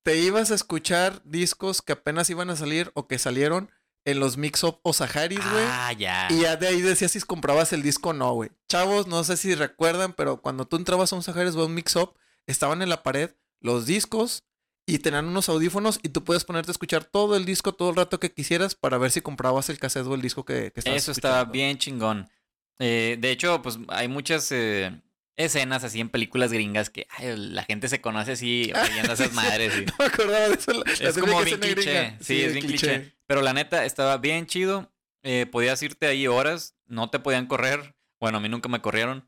S3: Te ibas a escuchar discos que apenas iban a salir o que salieron en los mix-up o Saharis, güey.
S2: Ah, ya.
S3: Y ya de ahí decías si comprabas el disco o no, güey. Chavos, no sé si recuerdan, pero cuando tú entrabas a un Saharis o a un Mix Up, estaban en la pared los discos y tenían unos audífonos y tú puedes ponerte a escuchar todo el disco todo el rato que quisieras para ver si comprabas el cassette o el disco que, que estabas
S2: Eso estaba
S3: escuchando.
S2: bien chingón. Eh, de hecho, pues hay muchas eh, escenas así en películas gringas que ay, la gente se conoce
S3: <laughs>
S2: así oyendo esas madres. y-
S3: No <laughs> me acordaba de eso. la- la
S2: es
S3: típica
S2: como bien
S3: escena
S2: cliché.
S3: gringa.
S2: Sí, es bien cliché. Pero la neta, estaba bien chido. eh, podías irte ahí horas, no te podían correr. Bueno, a mí nunca me corrieron.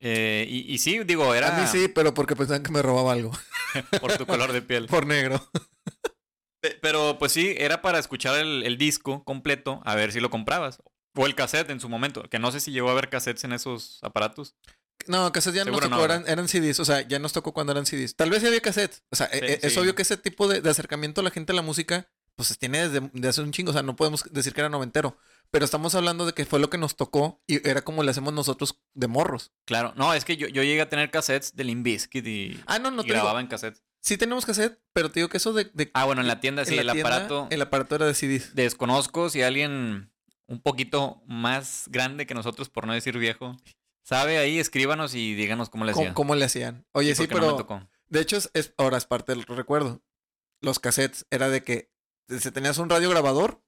S2: Eh, y, y sí, digo, era
S3: A mí sí, pero porque pensaban que me robaba algo. <laughs>
S2: por tu color de piel.
S3: Por negro.
S2: Pe- Pero pues sí, era para escuchar el, el disco completo, a ver si lo comprabas. O el cassette en su momento, que no sé si llegó a haber cassettes en esos aparatos.
S3: No, cassettes ya
S2: Seguro
S3: nos
S2: no,
S3: tocó, eran,
S2: ¿verdad?
S3: eran CDs, o sea, ya nos tocó cuando eran CDs. Tal vez sí había cassette, o sea, e- e- es
S2: sí.
S3: obvio que ese tipo de, de acercamiento a la gente a la música, pues se tiene desde, de hace un chingo, o sea, no podemos decir que era noventero, pero estamos hablando de que fue lo que nos tocó y era como le hacemos nosotros de morros.
S2: Claro, no, es que yo, yo llegué a tener cassettes de Limp Bizkit y,
S3: Ah, no, no
S2: y
S3: te digo,
S2: grababa en cassette.
S3: sí tenemos cassette, pero te digo que eso de... de
S2: Ah, bueno, en la tienda, sí,
S3: en
S2: el
S3: la tienda,
S2: aparato.
S3: El aparato era de CDs.
S2: Desconozco si alguien un poquito más grande que nosotros, por no decir viejo, sabe ahí, escríbanos y díganos cómo le
S3: ¿Cómo,
S2: hacían.
S3: cómo le hacían? Oye, sí, pero... De hecho, es, es- ahora es parte del recuerdo. Los cassettes era de que si tenías un radio grabador,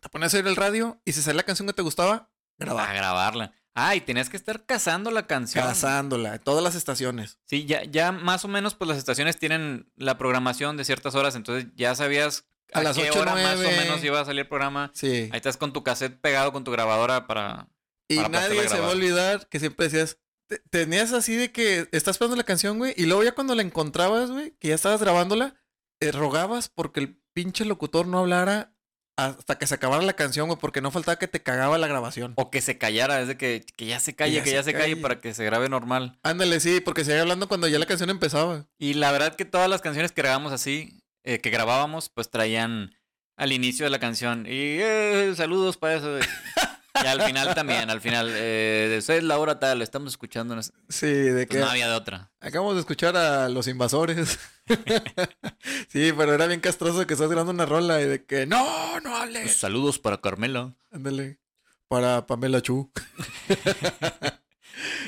S3: te ponías a oír el radio y si salía la canción que te gustaba,
S2: A
S3: grababa.
S2: grabarla. Ah, y tenías que estar cazando la canción.
S3: Cazándola, en todas las estaciones.
S2: Sí, ya, ya más o menos, pues las estaciones tienen la programación de ciertas horas, entonces ya sabías
S3: A las
S2: qué
S3: ocho,
S2: hora más o
S3: nueve.
S2: menos iba a salir el programa.
S3: Sí.
S2: Ahí estás con tu cassette pegado con tu grabadora para.
S3: Y
S2: para poderla
S3: nadie se va a
S2: grabar.
S3: olvidar que siempre decías, te- tenías así de que estás esperando la canción, güey, y luego ya cuando la encontrabas, güey, que ya estabas grabándola, eh, rogabas porque el pinche locutor no hablara hasta que se acabara la canción, güey, porque no faltaba que te cagaba la grabación.
S2: O que se callara, es de que, que ya se calle,
S3: ya
S2: que
S3: se
S2: ya se calle
S3: calle.
S2: para que se grabe normal.
S3: Ándale, sí, porque seguía hablando cuando ya la canción empezaba.
S2: Y la verdad que todas las canciones que grabamos así, eh, que grabábamos, pues traían al inicio de la canción. Y eh, saludos para eso. Y al final también, al final. Eh, de seis la hora tal, estamos escuchando. no sé.
S3: Sí, de
S2: Pues
S3: que
S2: no había de otra.
S3: acabamos de escuchar a los invasores. <laughs> sí, pero era bien castroso que estás grabando una rola y de que no, no hables.
S2: eh, Saludos para Carmelo.
S3: Ándale. Para Pamela Chu.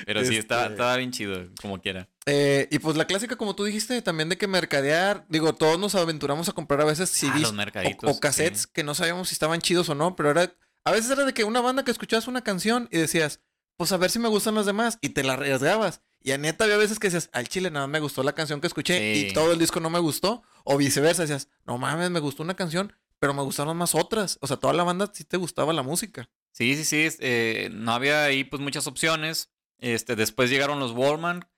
S2: Pero sí, estaba,
S3: Este-
S2: estaba bien chido, como quiera.
S3: Eh, y pues la clásica, como tú dijiste, también de que mercadear. Digo, todos nos aventuramos a comprar a veces
S2: Ah,
S3: CDs
S2: los mercaditos.
S3: o, o cassettes
S2: sí.
S3: que no sabíamos si estaban chidos o no, pero era. A veces era de que una banda que escuchabas una canción y decías, pues a ver si me gustan las demás, y te la arriesgabas. Y a neta había veces que decías, al chile nada más me gustó la canción que escuché
S2: Sí.
S3: y todo el disco no me gustó. O viceversa, decías, no mames, me gustó una canción, pero me gustaron más otras. O sea, toda la banda sí te gustaba la música.
S2: Sí, sí, sí. es- eh, no había ahí pues muchas opciones. Este, después llegaron los Wallman,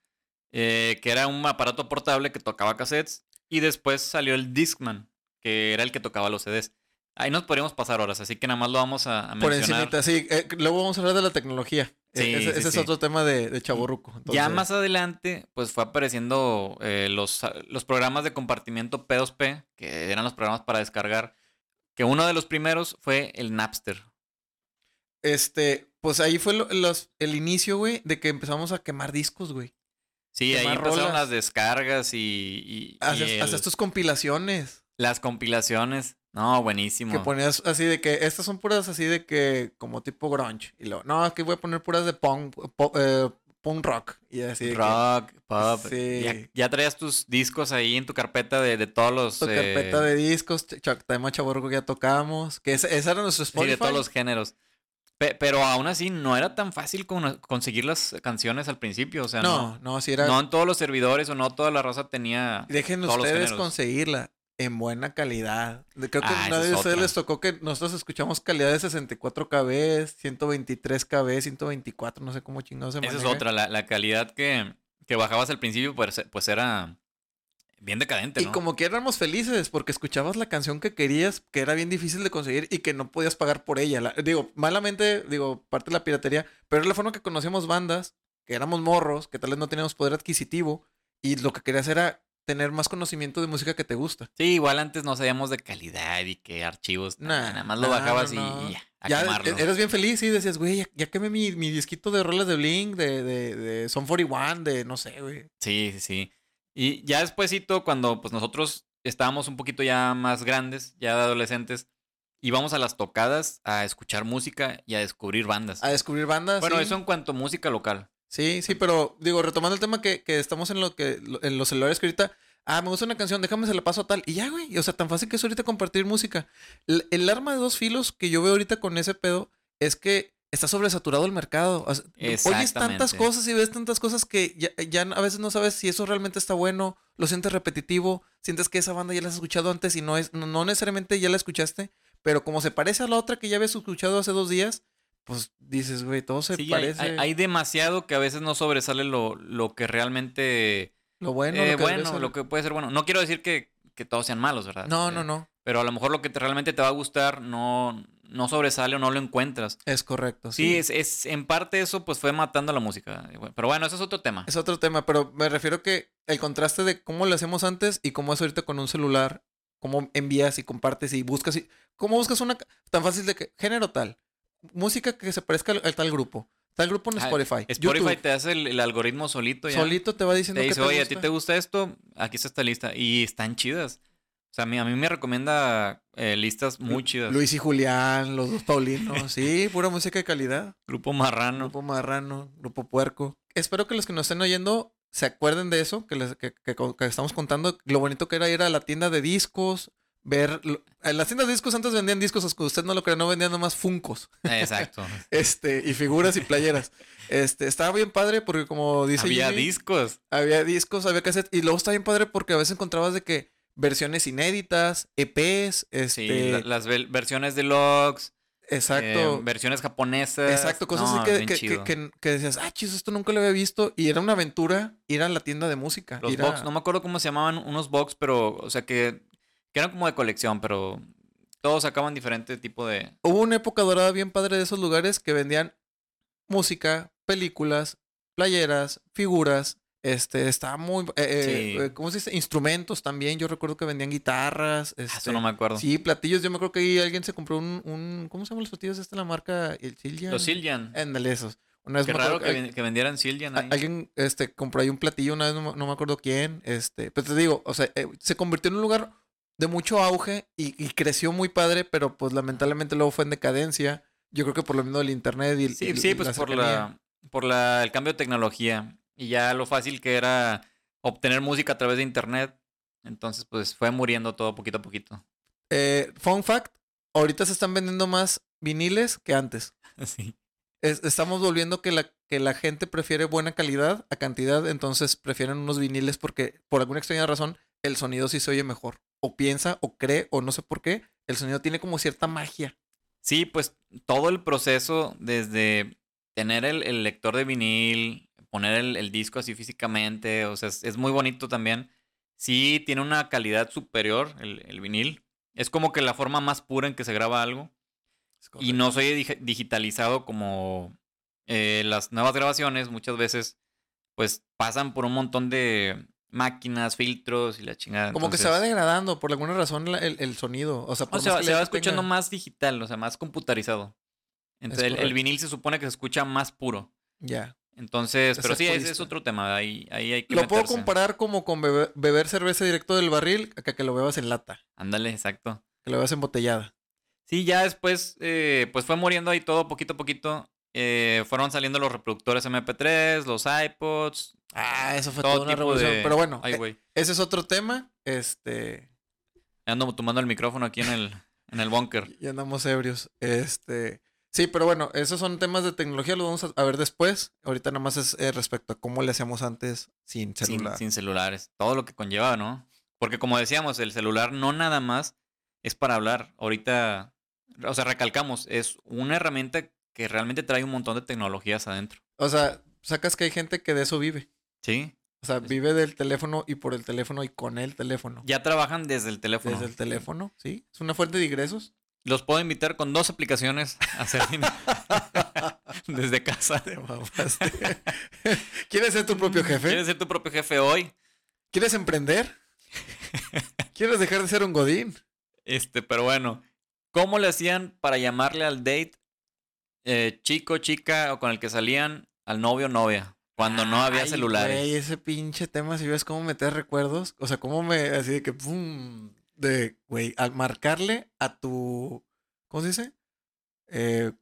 S2: eh, que era un aparato portable que tocaba cassettes. Y después salió el Discman, que era el que tocaba los CDs. Ahí nos podríamos pasar horas, así que nada más lo vamos a, a
S3: Por
S2: mencionar.
S3: encimita, sí. eh, luego vamos a hablar de la tecnología. Eh,
S2: Sí,
S3: ese
S2: sí,
S3: ese es
S2: sí.
S3: otro tema de, de chaborruco.
S2: ya más adelante, pues fue apareciendo eh, los, los programas de compartimiento P2P, que eran los programas para descargar. Que uno de los primeros fue el Napster.
S3: Este, pues ahí fue lo- los- el inicio, güey, de que empezamos a quemar discos, güey.
S2: Sí,
S3: Qué
S2: ahí
S3: más
S2: empezaron
S3: rolas.
S2: las descargas y, y- y
S3: Haces,
S2: el-
S3: haces tus compilaciones.
S2: las compilaciones. No,
S3: Que
S2: buenísimo.
S3: ponías así de que estas son puras así de que como tipo grunge. Y luego, no, aquí voy a poner puras de punk, po- eh, punk rock. Y así de que
S2: Rock, pop.
S3: Sí.
S2: Ya, ya traías tus discos ahí en tu carpeta de, de todos los.
S3: tu
S2: eh,
S3: carpeta de discos, ch- ch- tema chaborgo que ya tocamos. Que ese, ese era nuestro
S2: sí,
S3: Spotify.
S2: de todos los géneros. Pe- pero aún así, no era tan fácil con- conseguir las canciones al principio. O sea, no.
S3: no, no, si era...
S2: No, en todos los servidores o no toda la raza tenía.
S3: Dejen
S2: todos los
S3: ustedes
S2: géneros.
S3: conseguirla en buena calidad. De- Creo que
S2: Ah,
S3: a
S2: esa
S3: nadie de
S2: es
S3: ustedes
S2: otra.
S3: les tocó que nosotros escuchamos calidad de 64 KB, 123 KB, 124, no sé cómo chingados se
S2: Esa
S3: maneja.
S2: es otra, la, la calidad que, que bajabas al principio, pues, pues era bien decadente,
S3: Y
S2: ¿no?
S3: como que éramos felices porque escuchabas la canción que querías, que era bien difícil de conseguir y que no podías pagar por ella. La- digo, malamente, digo, parte de la piratería, pero era la forma que conocíamos bandas, que éramos morros, que tal vez no teníamos poder adquisitivo y lo que querías era tener más conocimiento de música que te gusta.
S2: Sí, igual antes no sabíamos de calidad y qué archivos. nada,
S3: Nah,
S2: nada más lo
S3: no,
S2: bajabas y-
S3: no.
S2: y, ya, a
S3: ya
S2: quemarlo.
S3: e- eras bien feliz y decías, güey, ya, ya quemé mi, mi disquito de rolas de Blink, de, de, de Son 41, de no sé, güey.
S2: Sí, sí, sí. Y ya despuesito, cuando pues nosotros estábamos un poquito ya más grandes, ya de adolescentes, íbamos a las tocadas a escuchar música y a descubrir bandas.
S3: A descubrir bandas.
S2: bueno,
S3: Ah, sí.
S2: eso en cuanto a música local.
S3: Sí, sí, pero digo, retomando el tema que, que estamos en lo que lo- en los celulares que ahorita, ah, me gusta una canción, déjame se la paso a tal. Y ya, güey. O sea, tan fácil que es ahorita compartir música. El, el arma de dos filos que yo veo ahorita con ese pedo es que está sobresaturado el mercado. O sea, oyes tantas
S2: Exactamente.
S3: cosas y ves tantas cosas que ya, ya a veces no sabes si eso realmente está bueno, lo sientes repetitivo, sientes que esa banda ya la has escuchado antes y no es, no, no necesariamente ya la escuchaste, pero como se parece a la otra que ya habías escuchado hace dos días, pues dices, güey, todo se
S2: Sí, hay-
S3: parece.
S2: hay, hay demasiado que a veces no sobresale lo, lo que realmente...
S3: Lo bueno,
S2: eh,
S3: lo que
S2: bueno,
S3: regresa-
S2: lo que puede ser bueno. No quiero decir que, que todos sean malos, ¿verdad?
S3: No,
S2: Eh,
S3: no, no.
S2: Pero a lo mejor lo que te- realmente te va a gustar no, no sobresale o no lo encuentras.
S3: Es correcto.
S2: Sí,
S3: Sí, Es...
S2: Es, es- en parte eso pues fue matando la música. Pero bueno, eso es otro tema.
S3: otro tema, pero me refiero que el contraste de cómo lo hacemos antes y cómo es ahorita con un celular, cómo envías y compartes y buscas y cómo buscas una ca- tan fácil de que género tal, música que se parezca al, al tal grupo, tal grupo en
S2: Ah,
S3: Spotify,
S2: Spotify
S3: YouTube,
S2: te hace el, el algoritmo solito ya.
S3: solito te va diciendo
S2: te
S3: que
S2: dice,
S3: te
S2: oye,
S3: gusta.
S2: ¿a ti te gusta esto? Aquí está esta lista. Y están chidas. O sea, a mí, a mí me recomienda eh, listas muy
S3: Lu-
S2: chidas.
S3: Luis y Julián, los dos Paulinos, <laughs> sí, pura música de calidad.
S2: Grupo Marrano.
S3: Grupo Marrano, Grupo Puerco. Espero que los que nos estén oyendo se acuerden de eso que, les- que- que- que estamos contando. Lo bonito que era ir a la tienda de discos, ver... lo- en las tiendas de discos antes vendían discos, aunque usted no lo crea, no vendían nomás funcos.
S2: <laughs>
S3: <laughs>
S2: Exacto.
S3: Este, y figuras y playeras. Este, estaba bien padre porque como dice
S2: Había
S3: Jimmy,
S2: discos.
S3: había discos, había cassettes. Y luego estaba bien padre porque a veces encontrabas de que versiones inéditas, EPs, este...
S2: Sí, la- em, las vel- versiones de logs.
S3: exacto.
S2: versiones japonesas.
S3: Exacto, cosas
S2: No,
S3: así que,
S2: bien
S3: que,
S2: chido.
S3: que, que- que decías, ah, chis, esto nunca lo había visto. Y era una aventura ir a la tienda de música.
S2: Los
S3: ir a-
S2: box, no me acuerdo cómo se llamaban unos box, pero, o sea, que, que eran como de colección, pero todos sacaban diferente tipo de... ah,
S3: Hubo una época dorada bien padre de esos lugares que vendían música, películas, playeras, figuras. Este, estaba muy. eh, eh,
S2: Sí.
S3: eh, ¿Cómo se dice? Instrumentos también. Yo recuerdo que vendían guitarras.
S2: Ah,
S3: Este,
S2: Eso no me acuerdo.
S3: sí, platillos. Yo me acuerdo que ahí alguien se compró un. un- ¿Cómo se llaman los platillos? Esta la marca. El Siljan.
S2: Los Siljan.
S3: Ándale, esos. Una vez
S2: Qué
S3: Eh, me
S2: raro
S3: acuerdo
S2: que, ven- que vendieran Siljan
S3: A-
S2: ahí.
S3: Alguien este, compró ahí un platillo una vez, no, me- no me acuerdo quién. Este, pues te digo, o sea, eh, se convirtió en un lugar de mucho auge y, y creció muy padre, pero pues lamentablemente luego fue en decadencia. Yo creo que por lo menos del internet y
S2: Sí,
S3: y
S2: sí, pues por,
S3: cercanía.
S2: la, por la, el cambio de tecnología y ya lo fácil que era obtener música a través de internet. Entonces, pues fue muriendo todo poquito a poquito.
S3: Eh, fun fact, ahorita se están vendiendo más viniles que antes.
S2: <laughs> Sí.
S3: es- estamos volviendo que la, que la gente prefiere buena calidad a cantidad, entonces prefieren unos viniles porque por alguna extraña razón el sonido sí se oye mejor. O piensa, o cree, o no sé por qué, el sonido tiene como cierta magia.
S2: Sí, pues todo el proceso desde tener el, el lector de vinil, poner el, el disco así físicamente, o sea, es, es muy bonito también. Sí, tiene una calidad superior el, el vinil. Es como que la forma más pura en que se graba algo. Y no soy dig- digitalizado como eh, las nuevas grabaciones muchas veces, pues pasan por un montón de máquinas, filtros y la chingada.
S3: Como que se
S2: entonces-
S3: va degradando por alguna razón la- el, el sonido. O sea,
S2: o
S3: por
S2: sea,
S3: más que
S2: se
S3: le
S2: va
S3: tenga-
S2: escuchando más digital, o sea, más computarizado. Entonces, el- el,
S3: correcto.
S2: vinil se supone que se escucha más puro.
S3: Ya.
S2: Entonces,
S3: Es
S2: pero sí, ese
S3: purista.
S2: es otro tema. Ahí, ahí hay que
S3: Lo puedo
S2: meterse.
S3: comparar como con bebe- beber cerveza directo del barril a que, que lo bebas en lata,
S2: Ándale, exacto.
S3: que lo bebas embotellada.
S2: Sí, ya después, eh, pues fue muriendo ahí todo poquito a poquito. Eh, fueron saliendo los reproductores MP3, los iPods.
S3: Ah, eso fue
S2: todo
S3: toda una
S2: tipo
S3: revolución.
S2: de-
S3: Pero bueno,
S2: Ay,
S3: eh,
S2: güey.
S3: ese es otro tema. Este,
S2: Ando tomando el micrófono aquí en el, en el búnker.
S3: Ya andamos ebrios. Este. Sí, pero bueno, esos son temas de tecnología, los vamos a- a ver después. Ahorita nada más es eh, respecto a cómo le hacíamos antes sin
S2: sin-
S3: celular.
S2: Sin, celulares. Todo lo que conlleva, ¿no? Porque como decíamos, el celular no nada más es para hablar. Ahorita, o sea, recalcamos, es una herramienta que realmente trae un montón de tecnologías adentro.
S3: O sea, sacas que hay gente que de eso vive.
S2: Sí.
S3: O sea, vive del teléfono y por el teléfono y con el teléfono.
S2: Ya trabajan desde el teléfono.
S3: Desde el teléfono, ¿sí? Es una fuente de ingresos.
S2: Los puedo invitar con dos aplicaciones a hacer dinero.
S3: <laughs>
S2: desde casa.
S3: Te mamaste. <laughs> ¿Quieres ser tu propio jefe?
S2: ¿Quieres ser tu propio jefe hoy?
S3: ¿Quieres emprender? ¿Quieres dejar de ser un godín?
S2: Este, pero bueno, ¿cómo le hacían para llamarle al date eh, chico, chica o con el que salían al novio, novia? Cuando no había
S3: Ay,
S2: celulares.
S3: güey, ese pinche tema, si ves cómo meter recuerdos, o sea, cómo me, así de que, pum, de, güey, al marcarle a tu, ¿cómo se dice? Eh,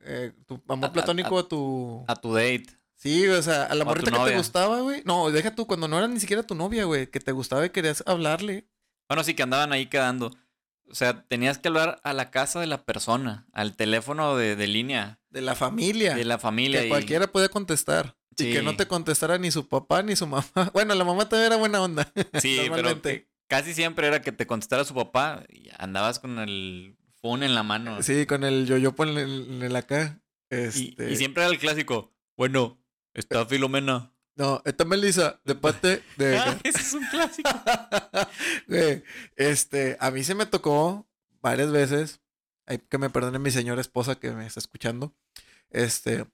S3: eh, tu amor
S2: A- a-
S3: platónico a, tu...
S2: A tu date.
S3: sí, o sea, a la
S2: a tu
S3: morrita que te
S2: novia.
S3: gustaba, güey. No, deja tú, cuando no era ni siquiera tu novia, güey, que te gustaba y querías hablarle.
S2: Bueno, sí que andaban ahí quedando. O sea, tenías que hablar a la casa de la persona, al teléfono de, de línea,
S3: De la familia.
S2: de la familia.
S3: que
S2: y-
S3: cualquiera podía contestar. Y que
S2: Sí.
S3: no te contestara ni su papá ni su mamá. <laughs> Bueno, la mamá también era buena onda.
S2: Sí, pero
S3: normalmente.
S2: que casi siempre era que te contestara su papá y andabas con el phone en la mano.
S3: Sí, con el yoyopo en el, en el acá.
S2: Y-
S3: Este... Eh,
S2: y, siempre era el clásico. Bueno, está Filomena.
S3: No, esta Melissa, de parte
S2: <laughs>
S3: de.
S2: Ah, ese es un clásico.
S3: <laughs> Güey, este, a mí se me tocó varias veces. Ay, que me perdone mi señora esposa que me está escuchando. Este,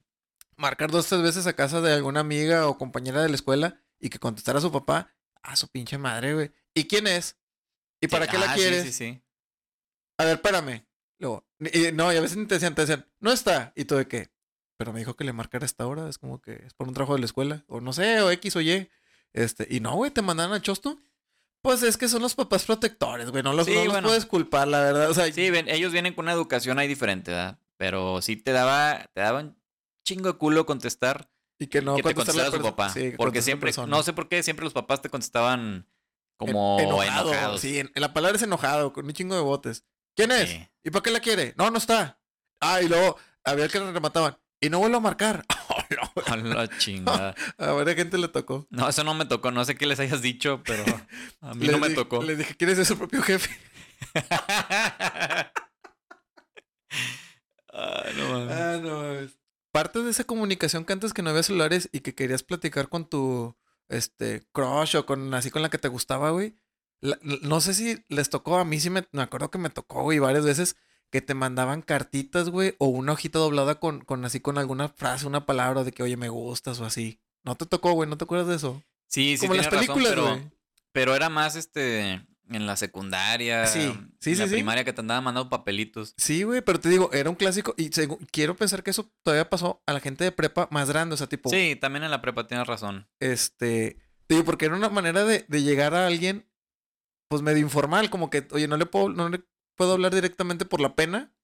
S3: marcar dos, tres veces a casa de alguna amiga o compañera de la escuela y que contestara a su papá, a su pinche madre, güey. ¿Y quién es? ¿Y <laughs> para qué
S2: Ah,
S3: la
S2: sí,
S3: quieres?
S2: Sí, sí,
S3: A ver, espérame. Luego, y- y no, y a veces ni te decían, te decían, no está. Y tú de qué. Pero me dijo que le marcara a esta hora. Es como que es por un trabajo de la escuela. O no sé, o X o Y. Este, y no, güey, te mandaron a Chosto. Pues es que son los papás protectores, güey. No los,
S2: Sí,
S3: no los
S2: bueno.
S3: puedes culpar, la verdad. O sea,
S2: Sí, ven- ellos vienen con una educación ahí diferente, ¿verdad? Pero sí te daba, te daban chingo de culo contestar
S3: y que no
S2: que te
S3: contestar
S2: contestara
S3: la
S2: su
S3: perso-
S2: papá.
S3: sí, que
S2: porque
S3: contestar
S2: siempre,
S3: persona.
S2: no sé por qué, siempre los papás te contestaban
S3: En-
S2: como
S3: enojado,
S2: enojados.
S3: Sí, en- la palabra es enojado, con un chingo de botes. ¿Quién es?
S2: Sí.
S3: ¿Y para qué la quiere? No, no está. Ah, y luego había que le remataban. Y no vuelvo a marcar.
S2: <laughs>
S3: <laughs>
S2: A la chingada.
S3: a ver, a gente le tocó.
S2: No, eso no me tocó. No sé qué les hayas dicho,
S3: <laughs>
S2: pero a mí
S3: Les
S2: no me
S3: di-
S2: tocó.
S3: Les dije, ¿quieres ser su propio jefe? <laughs>
S2: Ah, no mames.
S3: Ah, no mames. Parte de esa comunicación que antes que no había celulares y que querías platicar con tu este crush o con así con la que te gustaba, güey. la- no sé si les tocó, a mí sí me, me acuerdo que me tocó, güey, varias veces que te mandaban cartitas, güey, o una hojita doblada con, con así con alguna frase, una palabra de que, oye, me gustas o así. No te tocó, güey, no te acuerdas de eso.
S2: Sí, sí,
S3: Como en las
S2: tienes razón,
S3: películas,
S2: pero-
S3: güey.
S2: Pero era más este en la secundaria,
S3: Sí, sí,
S2: en
S3: sí,
S2: la
S3: sí.
S2: primaria que te andaban mandando papelitos.
S3: Sí, güey, pero te digo, era un clásico y segu- quiero pensar que eso todavía pasó a la gente de prepa más grande, o sea, tipo,
S2: Sí, también en la prepa tienes razón.
S3: este, te digo, porque era una manera de, de llegar a alguien, pues medio informal, como que, oye, no le puedo, no le puedo hablar directamente por la pena,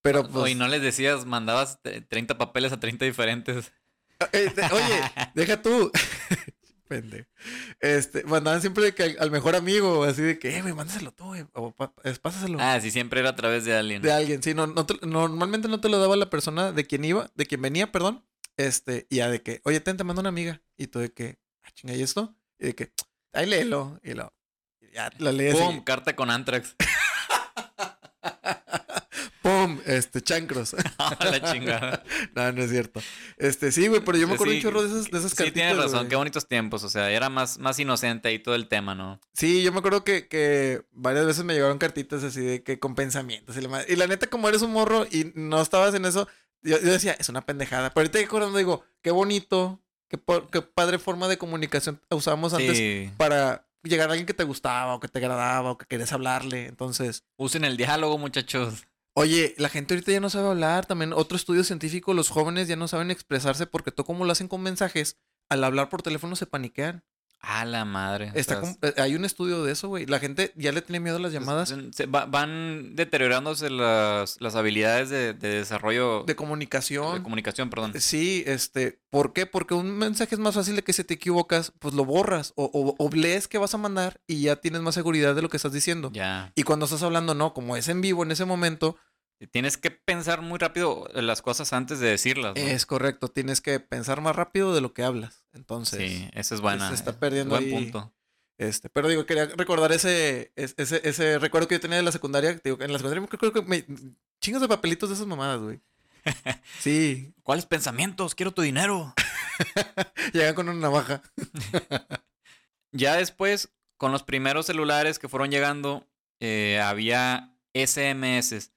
S3: pero pues,
S2: Oye, no les decías, mandabas eh, 30 papeles a 30 diferentes. <laughs>
S3: eh, de- oye, deja tú, <laughs> Pendejo. Este, mandaban siempre de que al, al mejor amigo, así de que, eh, güey, mándaselo tú, güey, o pa- es- pásaselo
S2: Ah, sí, siempre era a través de alguien.
S3: de alguien. Sí, no, no te- normalmente no te lo daba la persona de quien iba, de quien venía, perdón. Este, y ya de que, oye, ten, te mando una amiga. Y tú de que, ah, chinga, ¿y esto? Y de que, ahí léelo. Y lo, y ya la lees. y-
S2: ¡Pum! Carta con Antrax. <laughs>
S3: ¡Pum! Este, chancros.
S2: Ah, la chingada.
S3: <laughs> no, no es cierto. Este, sí, güey, pero yo me acuerdo
S2: Pues Sí,
S3: un chorro de esas, de esas
S2: Sí, tienes
S3: cartitas,
S2: razón.
S3: güey.
S2: Qué bonitos tiempos. O sea, era más, más inocente ahí todo el tema, ¿no?
S3: Sí, yo me acuerdo que, que varias veces me llegaron cartitas así de que con pensamientos y la madre. Y la neta, como eres un morro y no estabas en eso, yo, yo decía, es una pendejada. Pero ahorita acordando, digo, qué bonito, qué, po- qué padre forma de comunicación usamos antes
S2: Sí.
S3: para llegar a alguien que te gustaba o que te agradaba o que querías hablarle. Entonces,
S2: Usen el diálogo, muchachos.
S3: oye, la gente ahorita ya no sabe hablar. También otro estudio científico, los jóvenes ya no saben expresarse porque todo como lo hacen con mensajes, al hablar por teléfono se paniquean.
S2: A la madre. o
S3: Está
S2: sea,
S3: com- eh, hay un estudio de eso, güey. La gente ya le tiene miedo a las
S2: Pues,
S3: llamadas.
S2: se- se va- van deteriorándose las, las habilidades de, de desarrollo
S3: de comunicación.
S2: de comunicación, perdón.
S3: sí, este, ¿por qué? Porque un mensaje es más fácil de que si te equivocas, pues lo borras o, o, o lees que vas a mandar y ya tienes más seguridad de lo que estás diciendo.
S2: Ya.
S3: Y cuando estás hablando, no, como es en vivo en ese momento,
S2: Tienes que pensar muy rápido eh, las cosas antes de decirlas. ¿no?
S3: es correcto, tienes que pensar más rápido de lo que hablas. Entonces,
S2: sí, esa es buena.
S3: se está
S2: eh,
S3: perdiendo
S2: Buen
S3: ahí.
S2: punto.
S3: este, pero digo, quería recordar ese, es- ese, ese recuerdo que yo tenía de la secundaria. Te Digo, en la secundaria creo que me chingas de papelitos de esas mamadas, <laughs> güey. Sí,
S2: ¿Cuáles pensamientos? Quiero tu dinero.
S3: llegan con una navaja.
S2: ya después, con los primeros celulares que fueron llegando, eh, había SMS.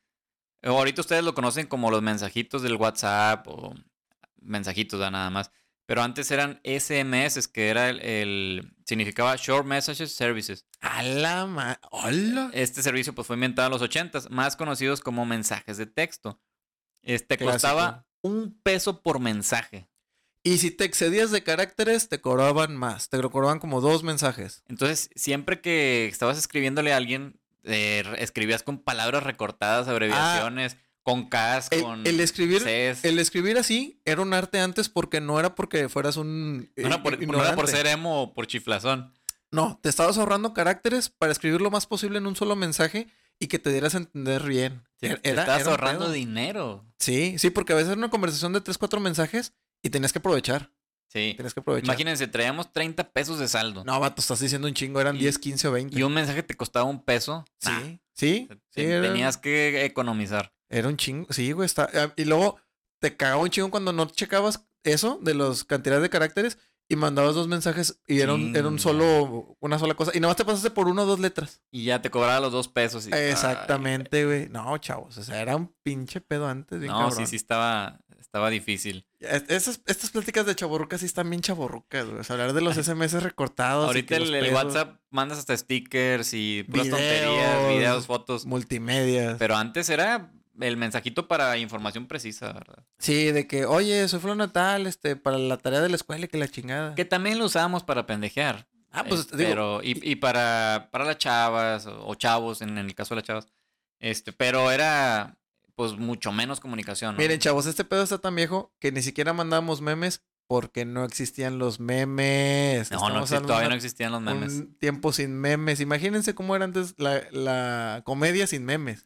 S2: Ahorita ustedes lo conocen como los mensajitos del WhatsApp o mensajitos da nada más. Pero antes eran SMS, que era el, el- significaba Short Messages Services.
S3: A la ma... ¡Hola!
S2: Este servicio pues fue inventado en los 80s, más conocidos como mensajes de texto. Este
S3: Clásico.
S2: costaba un peso por mensaje.
S3: Y si te excedías de caracteres, te cobraban más. Te cobraban como dos mensajes.
S2: Entonces, siempre que estabas escribiéndole a alguien, eh, re- escribías con palabras recortadas, abreviaciones, con Ks,
S3: Ah. El,
S2: con
S3: el escribir,
S2: Cs.
S3: el escribir así era un arte antes porque no era porque fueras un.
S2: no, era por,
S3: eh,
S2: no era por
S3: ignorante.
S2: ser emo o por chiflazón.
S3: No, te estabas ahorrando caracteres para escribir lo más posible en un solo mensaje y que te dieras a entender bien.
S2: Te-
S3: Era-
S2: te
S3: era-
S2: estabas
S3: era un
S2: ahorrando
S3: pedo.
S2: dinero.
S3: Sí, sí, porque a veces era una conversación de tres, cuatro mensajes y tenías que aprovechar.
S2: Sí.
S3: Tenías que aprovechar.
S2: Imagínense, traíamos 30 pesos de saldo.
S3: pues, No, vato, estás diciendo un chingo, eran
S2: Y-
S3: 10, 15 o 20.
S2: Y un Ah. mensaje te costaba un peso.
S3: Sí,
S2: Nah,
S3: sí,
S2: te-
S3: sí.
S2: te-
S3: era-
S2: Tenías que economizar.
S3: Era un chingo. Sí, güey. Está... ah, Y luego te cagaba un chingo cuando no checabas eso de las cantidades de caracteres y mandabas dos mensajes y era un, era un
S2: Chinga.
S3: solo, una sola cosa. Y nada más te pasaste por una o dos letras.
S2: Y ya te cobraba los dos pesos. y-
S3: Exactamente, güey. No, chavos. O sea, era un pinche pedo antes.
S2: Ay,
S3: Bien
S2: no,
S3: cabrón.
S2: sí, sí estaba, estaba difícil.
S3: Es- esas- estas pláticas de chaborrucas sí están bien chaborrucas, güey. O sea, hablar de los SMS recortados. y
S2: Ahorita
S3: que los
S2: el, el
S3: pedos,
S2: WhatsApp mandas hasta stickers y puras tonterías,
S3: Videos.
S2: videos, fotos.
S3: Multimedias.
S2: Pero antes era el mensajito para información precisa, ¿verdad?
S3: Sí, de que, oye, soy fulano tal, este, para la tarea de la escuela y que la chingada.
S2: Que también lo usábamos para pendejear.
S3: Ah, pues,
S2: eh,
S3: te digo,
S2: pero, y, y para, para las chavas o, o chavos, en, el caso de las chavas. Este, pero era pues mucho menos comunicación. ¿no?
S3: Miren, chavos, este pedo está tan viejo que ni siquiera mandábamos memes porque no existían los memes.
S2: no, no
S3: Estamos
S2: exist-
S3: hablando
S2: todavía no
S3: de
S2: existían los memes.
S3: Un tiempo sin memes. Imagínense cómo era antes la, la comedia sin memes.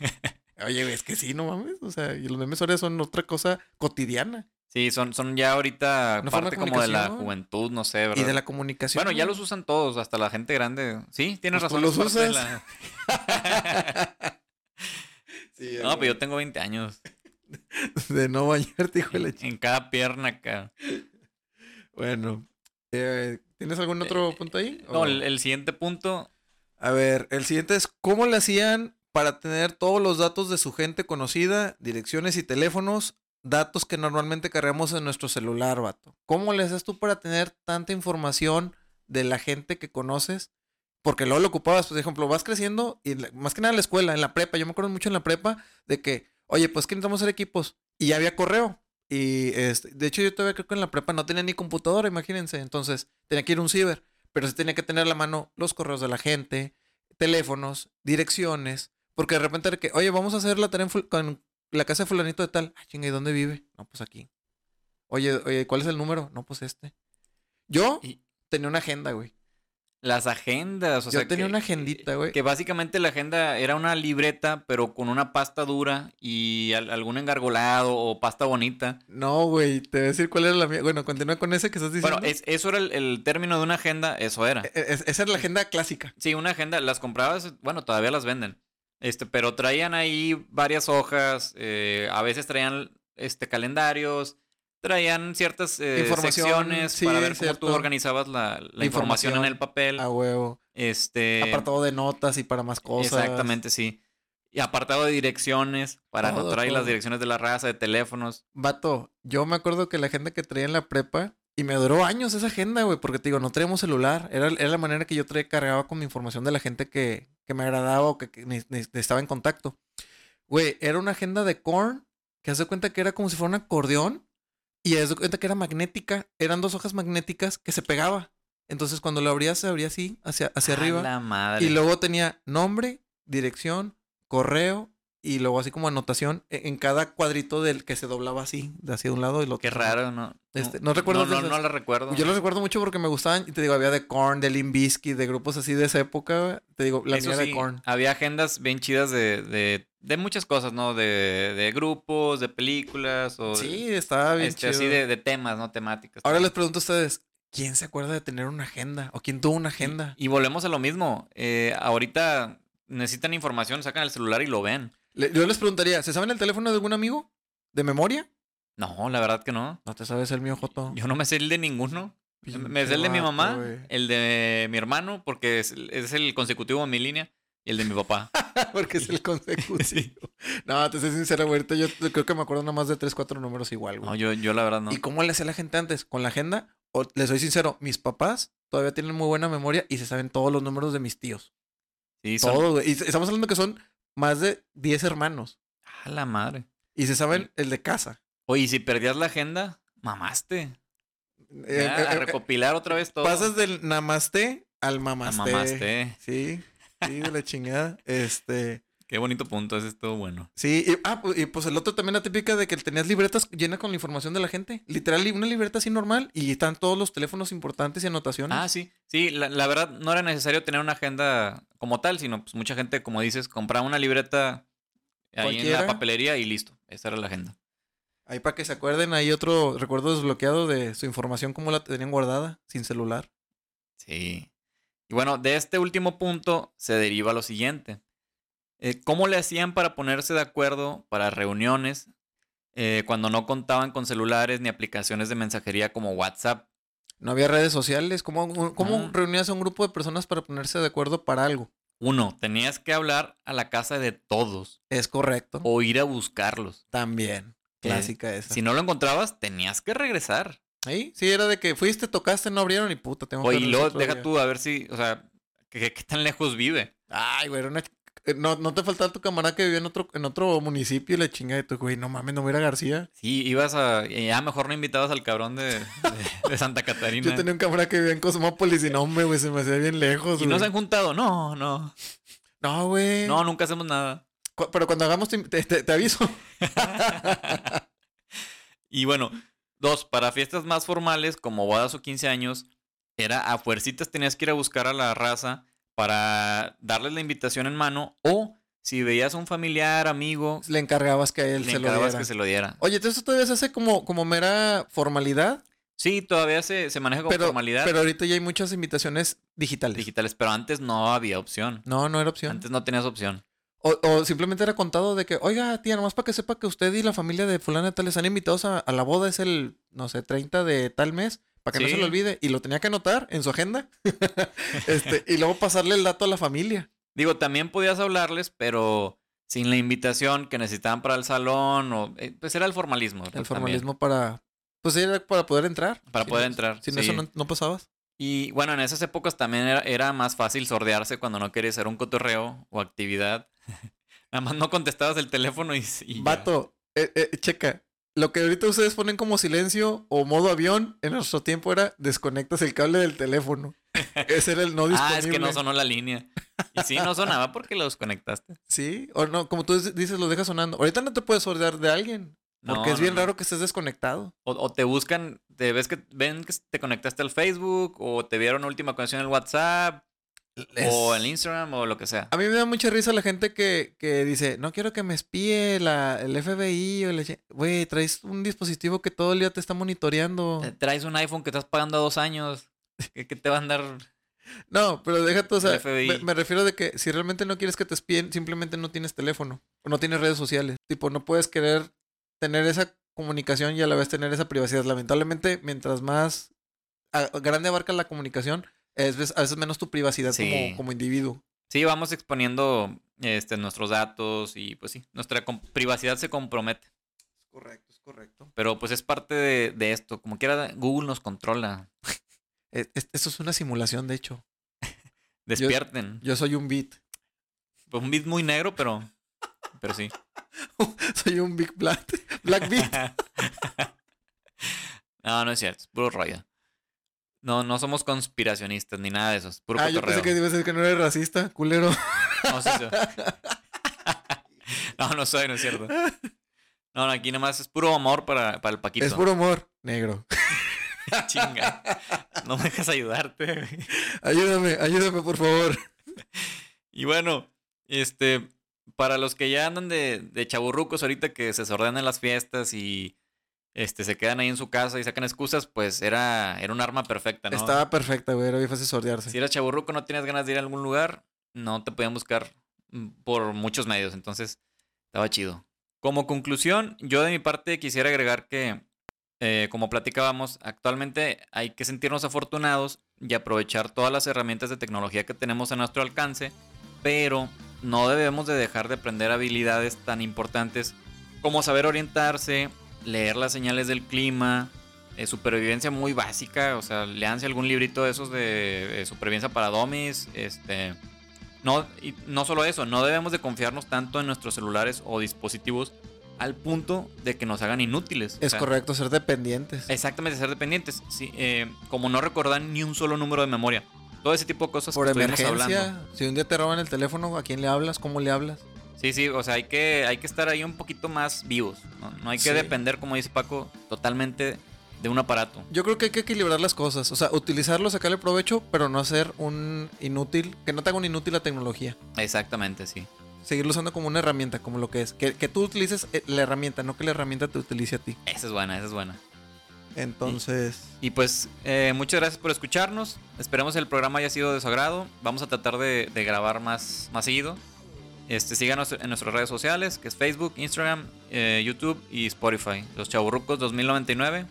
S2: <laughs>
S3: Oye, güey, es que sí, no mames. O sea, y los memes ahora son otra cosa cotidiana.
S2: Sí, son, son ya ahorita
S3: Una forma
S2: parte
S3: de
S2: como de la
S3: comunicación.
S2: juventud, no sé, ¿verdad?
S3: Y de la comunicación.
S2: Bueno, ya
S3: güey.
S2: los usan todos, hasta la gente grande. Sí, tienes
S3: Pues tú
S2: razón. es
S3: los
S2: parte de
S3: usas. Sí, <laughs>
S2: la-
S3: güey.
S2: No, pero yo tengo 20 años.
S3: <laughs> De no bañarte, hijo de
S2: <laughs>
S3: la
S2: En,
S3: ch-
S2: en cada pierna acá.
S3: Bueno. eh, ¿Tienes algún otro punto ahí?
S2: No,
S3: ¿O?
S2: el, el siguiente punto.
S3: A ver, el siguiente es ¿cómo le hacían para tener todos los datos de su gente conocida, direcciones y teléfonos, datos que normalmente cargamos en nuestro celular, vato? ¿Cómo le haces tú para tener tanta información de la gente que conoces? Porque luego lo ocupabas, por ejemplo, vas creciendo y la- más que nada en la escuela, en la prepa, yo me acuerdo mucho en la prepa de que, oye, pues que necesitamos hacer equipos y ya había correo. Y este, de hecho yo todavía creo que en la prepa no tenía ni computadora, imagínense, entonces tenía que ir a un ciber, pero se tenía que tener a la mano los correos de la gente, teléfonos, direcciones, porque de repente era que, oye, vamos a hacer la tarea en ful- con la casa de fulanito de tal. Ah, chinga, ¿y dónde vive? No, pues aquí. Oye, oye, ¿cuál es el número? No, pues este. Yo,
S2: Y,
S3: tenía una agenda, güey.
S2: Las agendas, o
S3: Yo
S2: sea.
S3: tenía
S2: que-
S3: una agendita, güey.
S2: Que básicamente la agenda era una libreta, pero con una pasta dura y al- algún engargolado o pasta bonita.
S3: No, güey, te voy a decir cuál era la mía. Bueno, continúa con ese que estás diciendo.
S2: Bueno, es- eso era el, el término de una agenda, eso era.
S3: E- es- esa era la agenda clásica.
S2: Sí, una agenda, las comprabas, bueno, todavía las venden. Este, pero traían ahí varias hojas, eh, a veces traían este calendarios, traían ciertas eh,
S3: Información,
S2: secciones
S3: sí,
S2: para ver
S3: cierto.
S2: cómo tú organizabas la, la información en
S3: Información.
S2: el papel.
S3: A huevo.
S2: Este,
S3: Apartado de notas y para más cosas.
S2: Exactamente, sí. Y apartado de direcciones, para
S3: Todo,
S2: traer
S3: todo.
S2: las direcciones de la raza, de teléfonos.
S3: Vato, yo me acuerdo que la agenda que traía en la prepa, y me duró años esa agenda, güey, porque te digo, no traíamos celular. Era, era la manera que yo traía, cargaba con mi información de la gente que, que me agradaba o que, que ne- ne- estaba en contacto. Güey, era una agenda de corn que hace cuenta que era como si fuera un acordeón y hace cuenta que era magnética. Eran dos hojas magnéticas que se pegaba. Entonces, cuando lo abrías, se abría así, hacia, hacia
S2: A
S3: arriba.
S2: La madre.
S3: Y luego tenía nombre, dirección, correo y luego así como anotación e- en cada cuadrito del que se doblaba así, de hacia un lado y lo
S2: Qué raro, ¿no?
S3: Este, ¿no recuerdas
S2: No,
S3: esas?
S2: no, no la recuerdo.
S3: Yo lo recuerdo mucho porque me gustaban, y te digo, había de Korn, de Limp Bizkit, de grupos así de esa época. Te digo, la
S2: Eso
S3: mía
S2: sí,
S3: de Korn.
S2: Había agendas bien chidas de, de, de muchas cosas, ¿no? De, de grupos, de películas o de-
S3: Sí, estaba bien
S2: Pues, este,
S3: chido.
S2: así de, de temas, ¿no? Temáticas.
S3: Ahora les pregunto a ustedes, ¿quién se acuerda de tener una agenda? ¿O quién tuvo una agenda?
S2: Y volvemos a lo mismo. eh, ahorita necesitan información, sacan el celular y lo ven.
S3: Le- yo les preguntaría, ¿se saben el teléfono de algún amigo? ¿De memoria?
S2: No, la verdad que no.
S3: No te sabes el mío, Joto.
S2: Yo no me sé el de ninguno. Me sé el de mi
S3: Pinche
S2: mamá,
S3: vato, güey.
S2: el de mi hermano, porque es, es el consecutivo en mi línea, y el de mi
S3: <laughs>
S2: papá.
S3: Porque es el <laughs> consecutivo.
S2: Sí.
S3: No, te soy sincero, güey. Ahorita yo creo que me acuerdo nada más de tres, cuatro números igual, güey.
S2: No, yo, yo la verdad no.
S3: ¿Y cómo le hacía la gente antes? ¿Con la agenda? O, les soy sincero, mis papás todavía tienen muy buena memoria y se saben todos los números de mis tíos.
S2: Sí, son-
S3: Todos, güey. Y estamos hablando que son más de 10 hermanos.
S2: A la madre.
S3: Y se saben el de casa.
S2: Oye, ¿y si perdías la agenda, mamaste.
S3: Eh,
S2: Ya,
S3: eh,
S2: a
S3: eh,
S2: recopilar otra vez todo.
S3: pasas del namaste al
S2: Ah,
S3: mamaste.
S2: mamaste.
S3: Sí, sí, de la chingada. Este.
S2: Qué bonito punto, ese estuvo bueno.
S3: Sí, y, ah, pu- y pues el otro también la típica de que tenías libretas llenas con la información de la gente. Literal, li- una libreta así normal y están todos los teléfonos importantes y anotaciones.
S2: Ah, sí. Sí, la, la verdad no era necesario tener una agenda como tal, sino pues mucha gente, como dices, compraba una libreta ahí en
S3: Cualquiera.
S2: la papelería y listo. Esa era la agenda.
S3: Ahí para que se acuerden, hay otro recuerdo desbloqueado de su información, cómo la tenían guardada, sin celular.
S2: Sí. Y bueno, de este último punto se deriva lo siguiente. Eh, ¿Cómo le hacían para ponerse de acuerdo para reuniones eh, cuando no contaban con celulares ni aplicaciones de mensajería como WhatsApp?
S3: No había redes sociales. ¿Cómo, cómo
S2: Ah.
S3: reunías a un grupo de personas para ponerse de acuerdo para algo?
S2: Uno, tenías que hablar a la casa de todos
S3: Es correcto.
S2: o ir a buscarlos.
S3: También.
S2: Eh,
S3: Clásica esa.
S2: Si no lo encontrabas, tenías que regresar.
S3: Ahí, sí, era de que fuiste, tocaste, no abrieron y puta, tengo
S2: Oye,
S3: que
S2: y
S3: regresar
S2: luego
S3: otro
S2: deja
S3: día.
S2: tú a ver si, o sea, ¿qué, qué tan lejos vive?
S3: Ay, güey, era una... eh, No, no te faltaba tu camarada que vivía en otro, en otro municipio y la chinga de tu güey, no mames, no me era García.
S2: Sí, ibas a. eh, Ya mejor no invitabas al cabrón de, de- de Santa Catarina.
S3: <laughs> Yo tenía un camarada que vivía en Cosmópolis y no, hombre, güey, se me hacía bien lejos,
S2: Y no
S3: güey.
S2: se han juntado. No, no.
S3: No, güey.
S2: No, nunca hacemos
S3: <laughs>
S2: nada. <laughs>
S3: Cu- Pero cuando hagamos te, te- te- te aviso.
S2: Y bueno, dos, para fiestas más formales, como bodas o 15 años, era a fuercitas tenías que ir a buscar a la raza para darles la invitación en mano. O si veías a un familiar, amigo,
S3: <laughs> Le encargabas que a él
S2: le
S3: se lo
S2: encargabas
S3: diera.
S2: que se lo diera.
S3: Oye, entonces esto todavía se hace como, como mera formalidad,
S2: Sí, todavía se, se maneja como
S3: pero,
S2: formalidad
S3: pero ahorita ya hay muchas invitaciones digitales.
S2: digitales, pero antes no había opción.
S3: No, no era opción.
S2: Antes no tenías opción.
S3: O, o simplemente era contado de que, oiga, tía, nomás para que sepa que usted y la familia de fulana de tal están invitados a, a la boda, es el, no sé, 30 de tal mes, para que no se
S2: Sí.
S3: lo olvide. Y lo tenía que anotar en su agenda. <laughs> este, y luego pasarle el dato a la familia.
S2: Digo, también podías hablarles, pero sin la invitación que necesitaban para el salón o eh, pues era el formalismo. ¿verdad?
S3: El
S2: También,
S3: formalismo para, pues era para poder entrar.
S2: para
S3: Sin
S2: poder
S3: eso-
S2: entrar.
S3: Sin
S2: sí.
S3: eso no, no pasabas.
S2: Y bueno, en esas épocas también era, era más fácil sordearse cuando no querías hacer un cotorreo o actividad. <laughs> Nada más no contestabas el teléfono y, y ya.
S3: Vato, eh, eh, checa. Lo que ahorita ustedes ponen como silencio o modo avión, en nuestro tiempo era desconectas el cable del
S2: <laughs>
S3: teléfono. Ese era el no disponible.
S2: Ah, es que no sonó la línea. Y sí, no sonaba porque lo desconectaste.
S3: Sí, o no, como tú dices, lo dejas sonando. Ahorita no te puedes sordear de alguien.
S2: No,
S3: Porque es
S2: no,
S3: bien
S2: no.
S3: raro que estés desconectado.
S2: O, o te buscan, te ves que ven que te conectaste al Facebook, o te vieron última conexión en el WhatsApp, o
S3: Es-
S2: en Instagram, o lo que sea.
S3: A mí me da mucha risa la gente que, que dice, no quiero que me espíe la, el FBI o el... ch-". Güey, traes un dispositivo que todo el día te está monitoreando.
S2: Eh, Traes un iPhone que estás pagando a dos años. <laughs> ¿Qué, qué te va a andar?
S3: No, pero deja tú, o
S2: El
S3: sea,
S2: FBI.
S3: me, me refiero de que si realmente no quieres que te espíen, simplemente no tienes teléfono o no tienes redes sociales. Tipo, no puedes querer tener esa comunicación y a la vez tener esa privacidad. Lamentablemente, mientras más a- grande abarca la comunicación, es ves- a veces menos tu privacidad
S2: Sí.
S3: como, como individuo.
S2: Sí, vamos exponiendo este, nuestros datos y pues sí, nuestra com- privacidad se compromete.
S3: Correcto, es correcto.
S2: Pero pues es parte de, de esto. Como quiera, Google nos controla.
S3: Esto es una simulación, de hecho.
S2: Despierten.
S3: Yo soy un bit. <laughs>
S2: Pues un beat muy negro, pero, pero sí.
S3: soy un big black, black bit.
S2: No, no es cierto. Es puro rollo. No, no somos conspiracionistas ni nada de eso. Es <laughs> puro
S3: Ah, yo
S2: cotorreo.
S3: pensé que ibas a decir que no eres racista, culero.
S2: No, sí soy. no, no soy, no es cierto. No, no, aquí nomás es puro amor para, para el Paquito.
S3: Es puro humor, negro. <laughs>
S2: Chinga. No me dejas ayudarte. güey.
S3: Ayúdame, ayúdame, por favor.
S2: Y bueno, este, para los que ya andan de, de chaburrucos ahorita que se desordenan las fiestas y este, se quedan ahí en su casa y sacan excusas, pues era, era un arma perfecta, ¿no?
S3: Estaba perfecta, güey. Era bien fácil sordearse.
S2: Si eras chaburruco, no tenías ganas de ir a algún lugar, no te podían buscar mm, por muchos medios. Entonces, estaba chido. Como conclusión, yo de mi parte quisiera agregar que, eh, como platicábamos, actualmente hay que sentirnos afortunados y aprovechar todas las herramientas de tecnología que tenemos a nuestro alcance, pero no debemos de dejar de aprender habilidades tan importantes como saber orientarse, leer las señales del clima, eh, supervivencia muy básica, o sea, leanse algún librito de esos de eh, supervivencia para domis, este... No, y no solo eso, no debemos de confiarnos tanto en nuestros celulares o dispositivos al punto de que nos hagan inútiles.
S3: Es
S2: O sea,
S3: correcto ser dependientes.
S2: Exactamente, ser dependientes. Sí, eh, como no recordar ni un solo número de memoria. Todo ese tipo de cosas
S3: Por
S2: que estuvimos
S3: emergencia,
S2: hablando.
S3: si un día te roban el teléfono, ¿a quién le hablas? ¿Cómo le hablas?
S2: Sí, sí, o sea, hay que, hay que estar ahí un poquito más vivos. No, No hay que
S3: Sí.
S2: depender, como dice Paco, totalmente de un aparato.
S3: Yo creo que hay que equilibrar las cosas. O sea, utilizarlo, sacarle provecho, pero no hacer un inútil, que no te haga un inútil la tecnología.
S2: Exactamente, sí.
S3: Seguirlo usando como una herramienta, como lo que es. Que, que tú utilices eh, la herramienta, no que la herramienta te utilice a ti.
S2: Esa es buena, esa es buena.
S3: Entonces.
S2: Y pues, eh, muchas gracias por escucharnos. Esperamos el programa haya sido de su agrado. Vamos a tratar de, de grabar más, más seguido. Este, síganos en nuestras redes sociales, que es Facebook, Instagram, eh, YouTube y Spotify. Los Chaburrucos 2099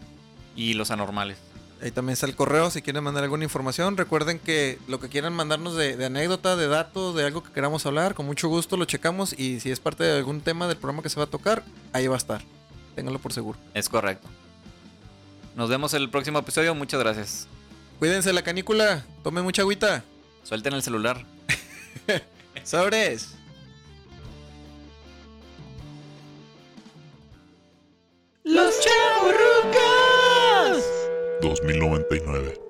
S2: y Los Anormales.
S3: Ahí también está el correo si quieren mandar alguna información. Recuerden que lo que quieran mandarnos de, de anécdota, de datos, de algo que queramos hablar, con mucho gusto lo checamos y si es parte de algún tema del programa que se va a tocar, ahí va a estar. Ténganlo por seguro.
S2: Es correcto. Nos vemos en el próximo episodio. Muchas gracias.
S3: Cuídense la canícula, tomen mucha agüita.
S2: Suelten el celular.
S3: Sobres.
S1: Los chavos
S4: 2099.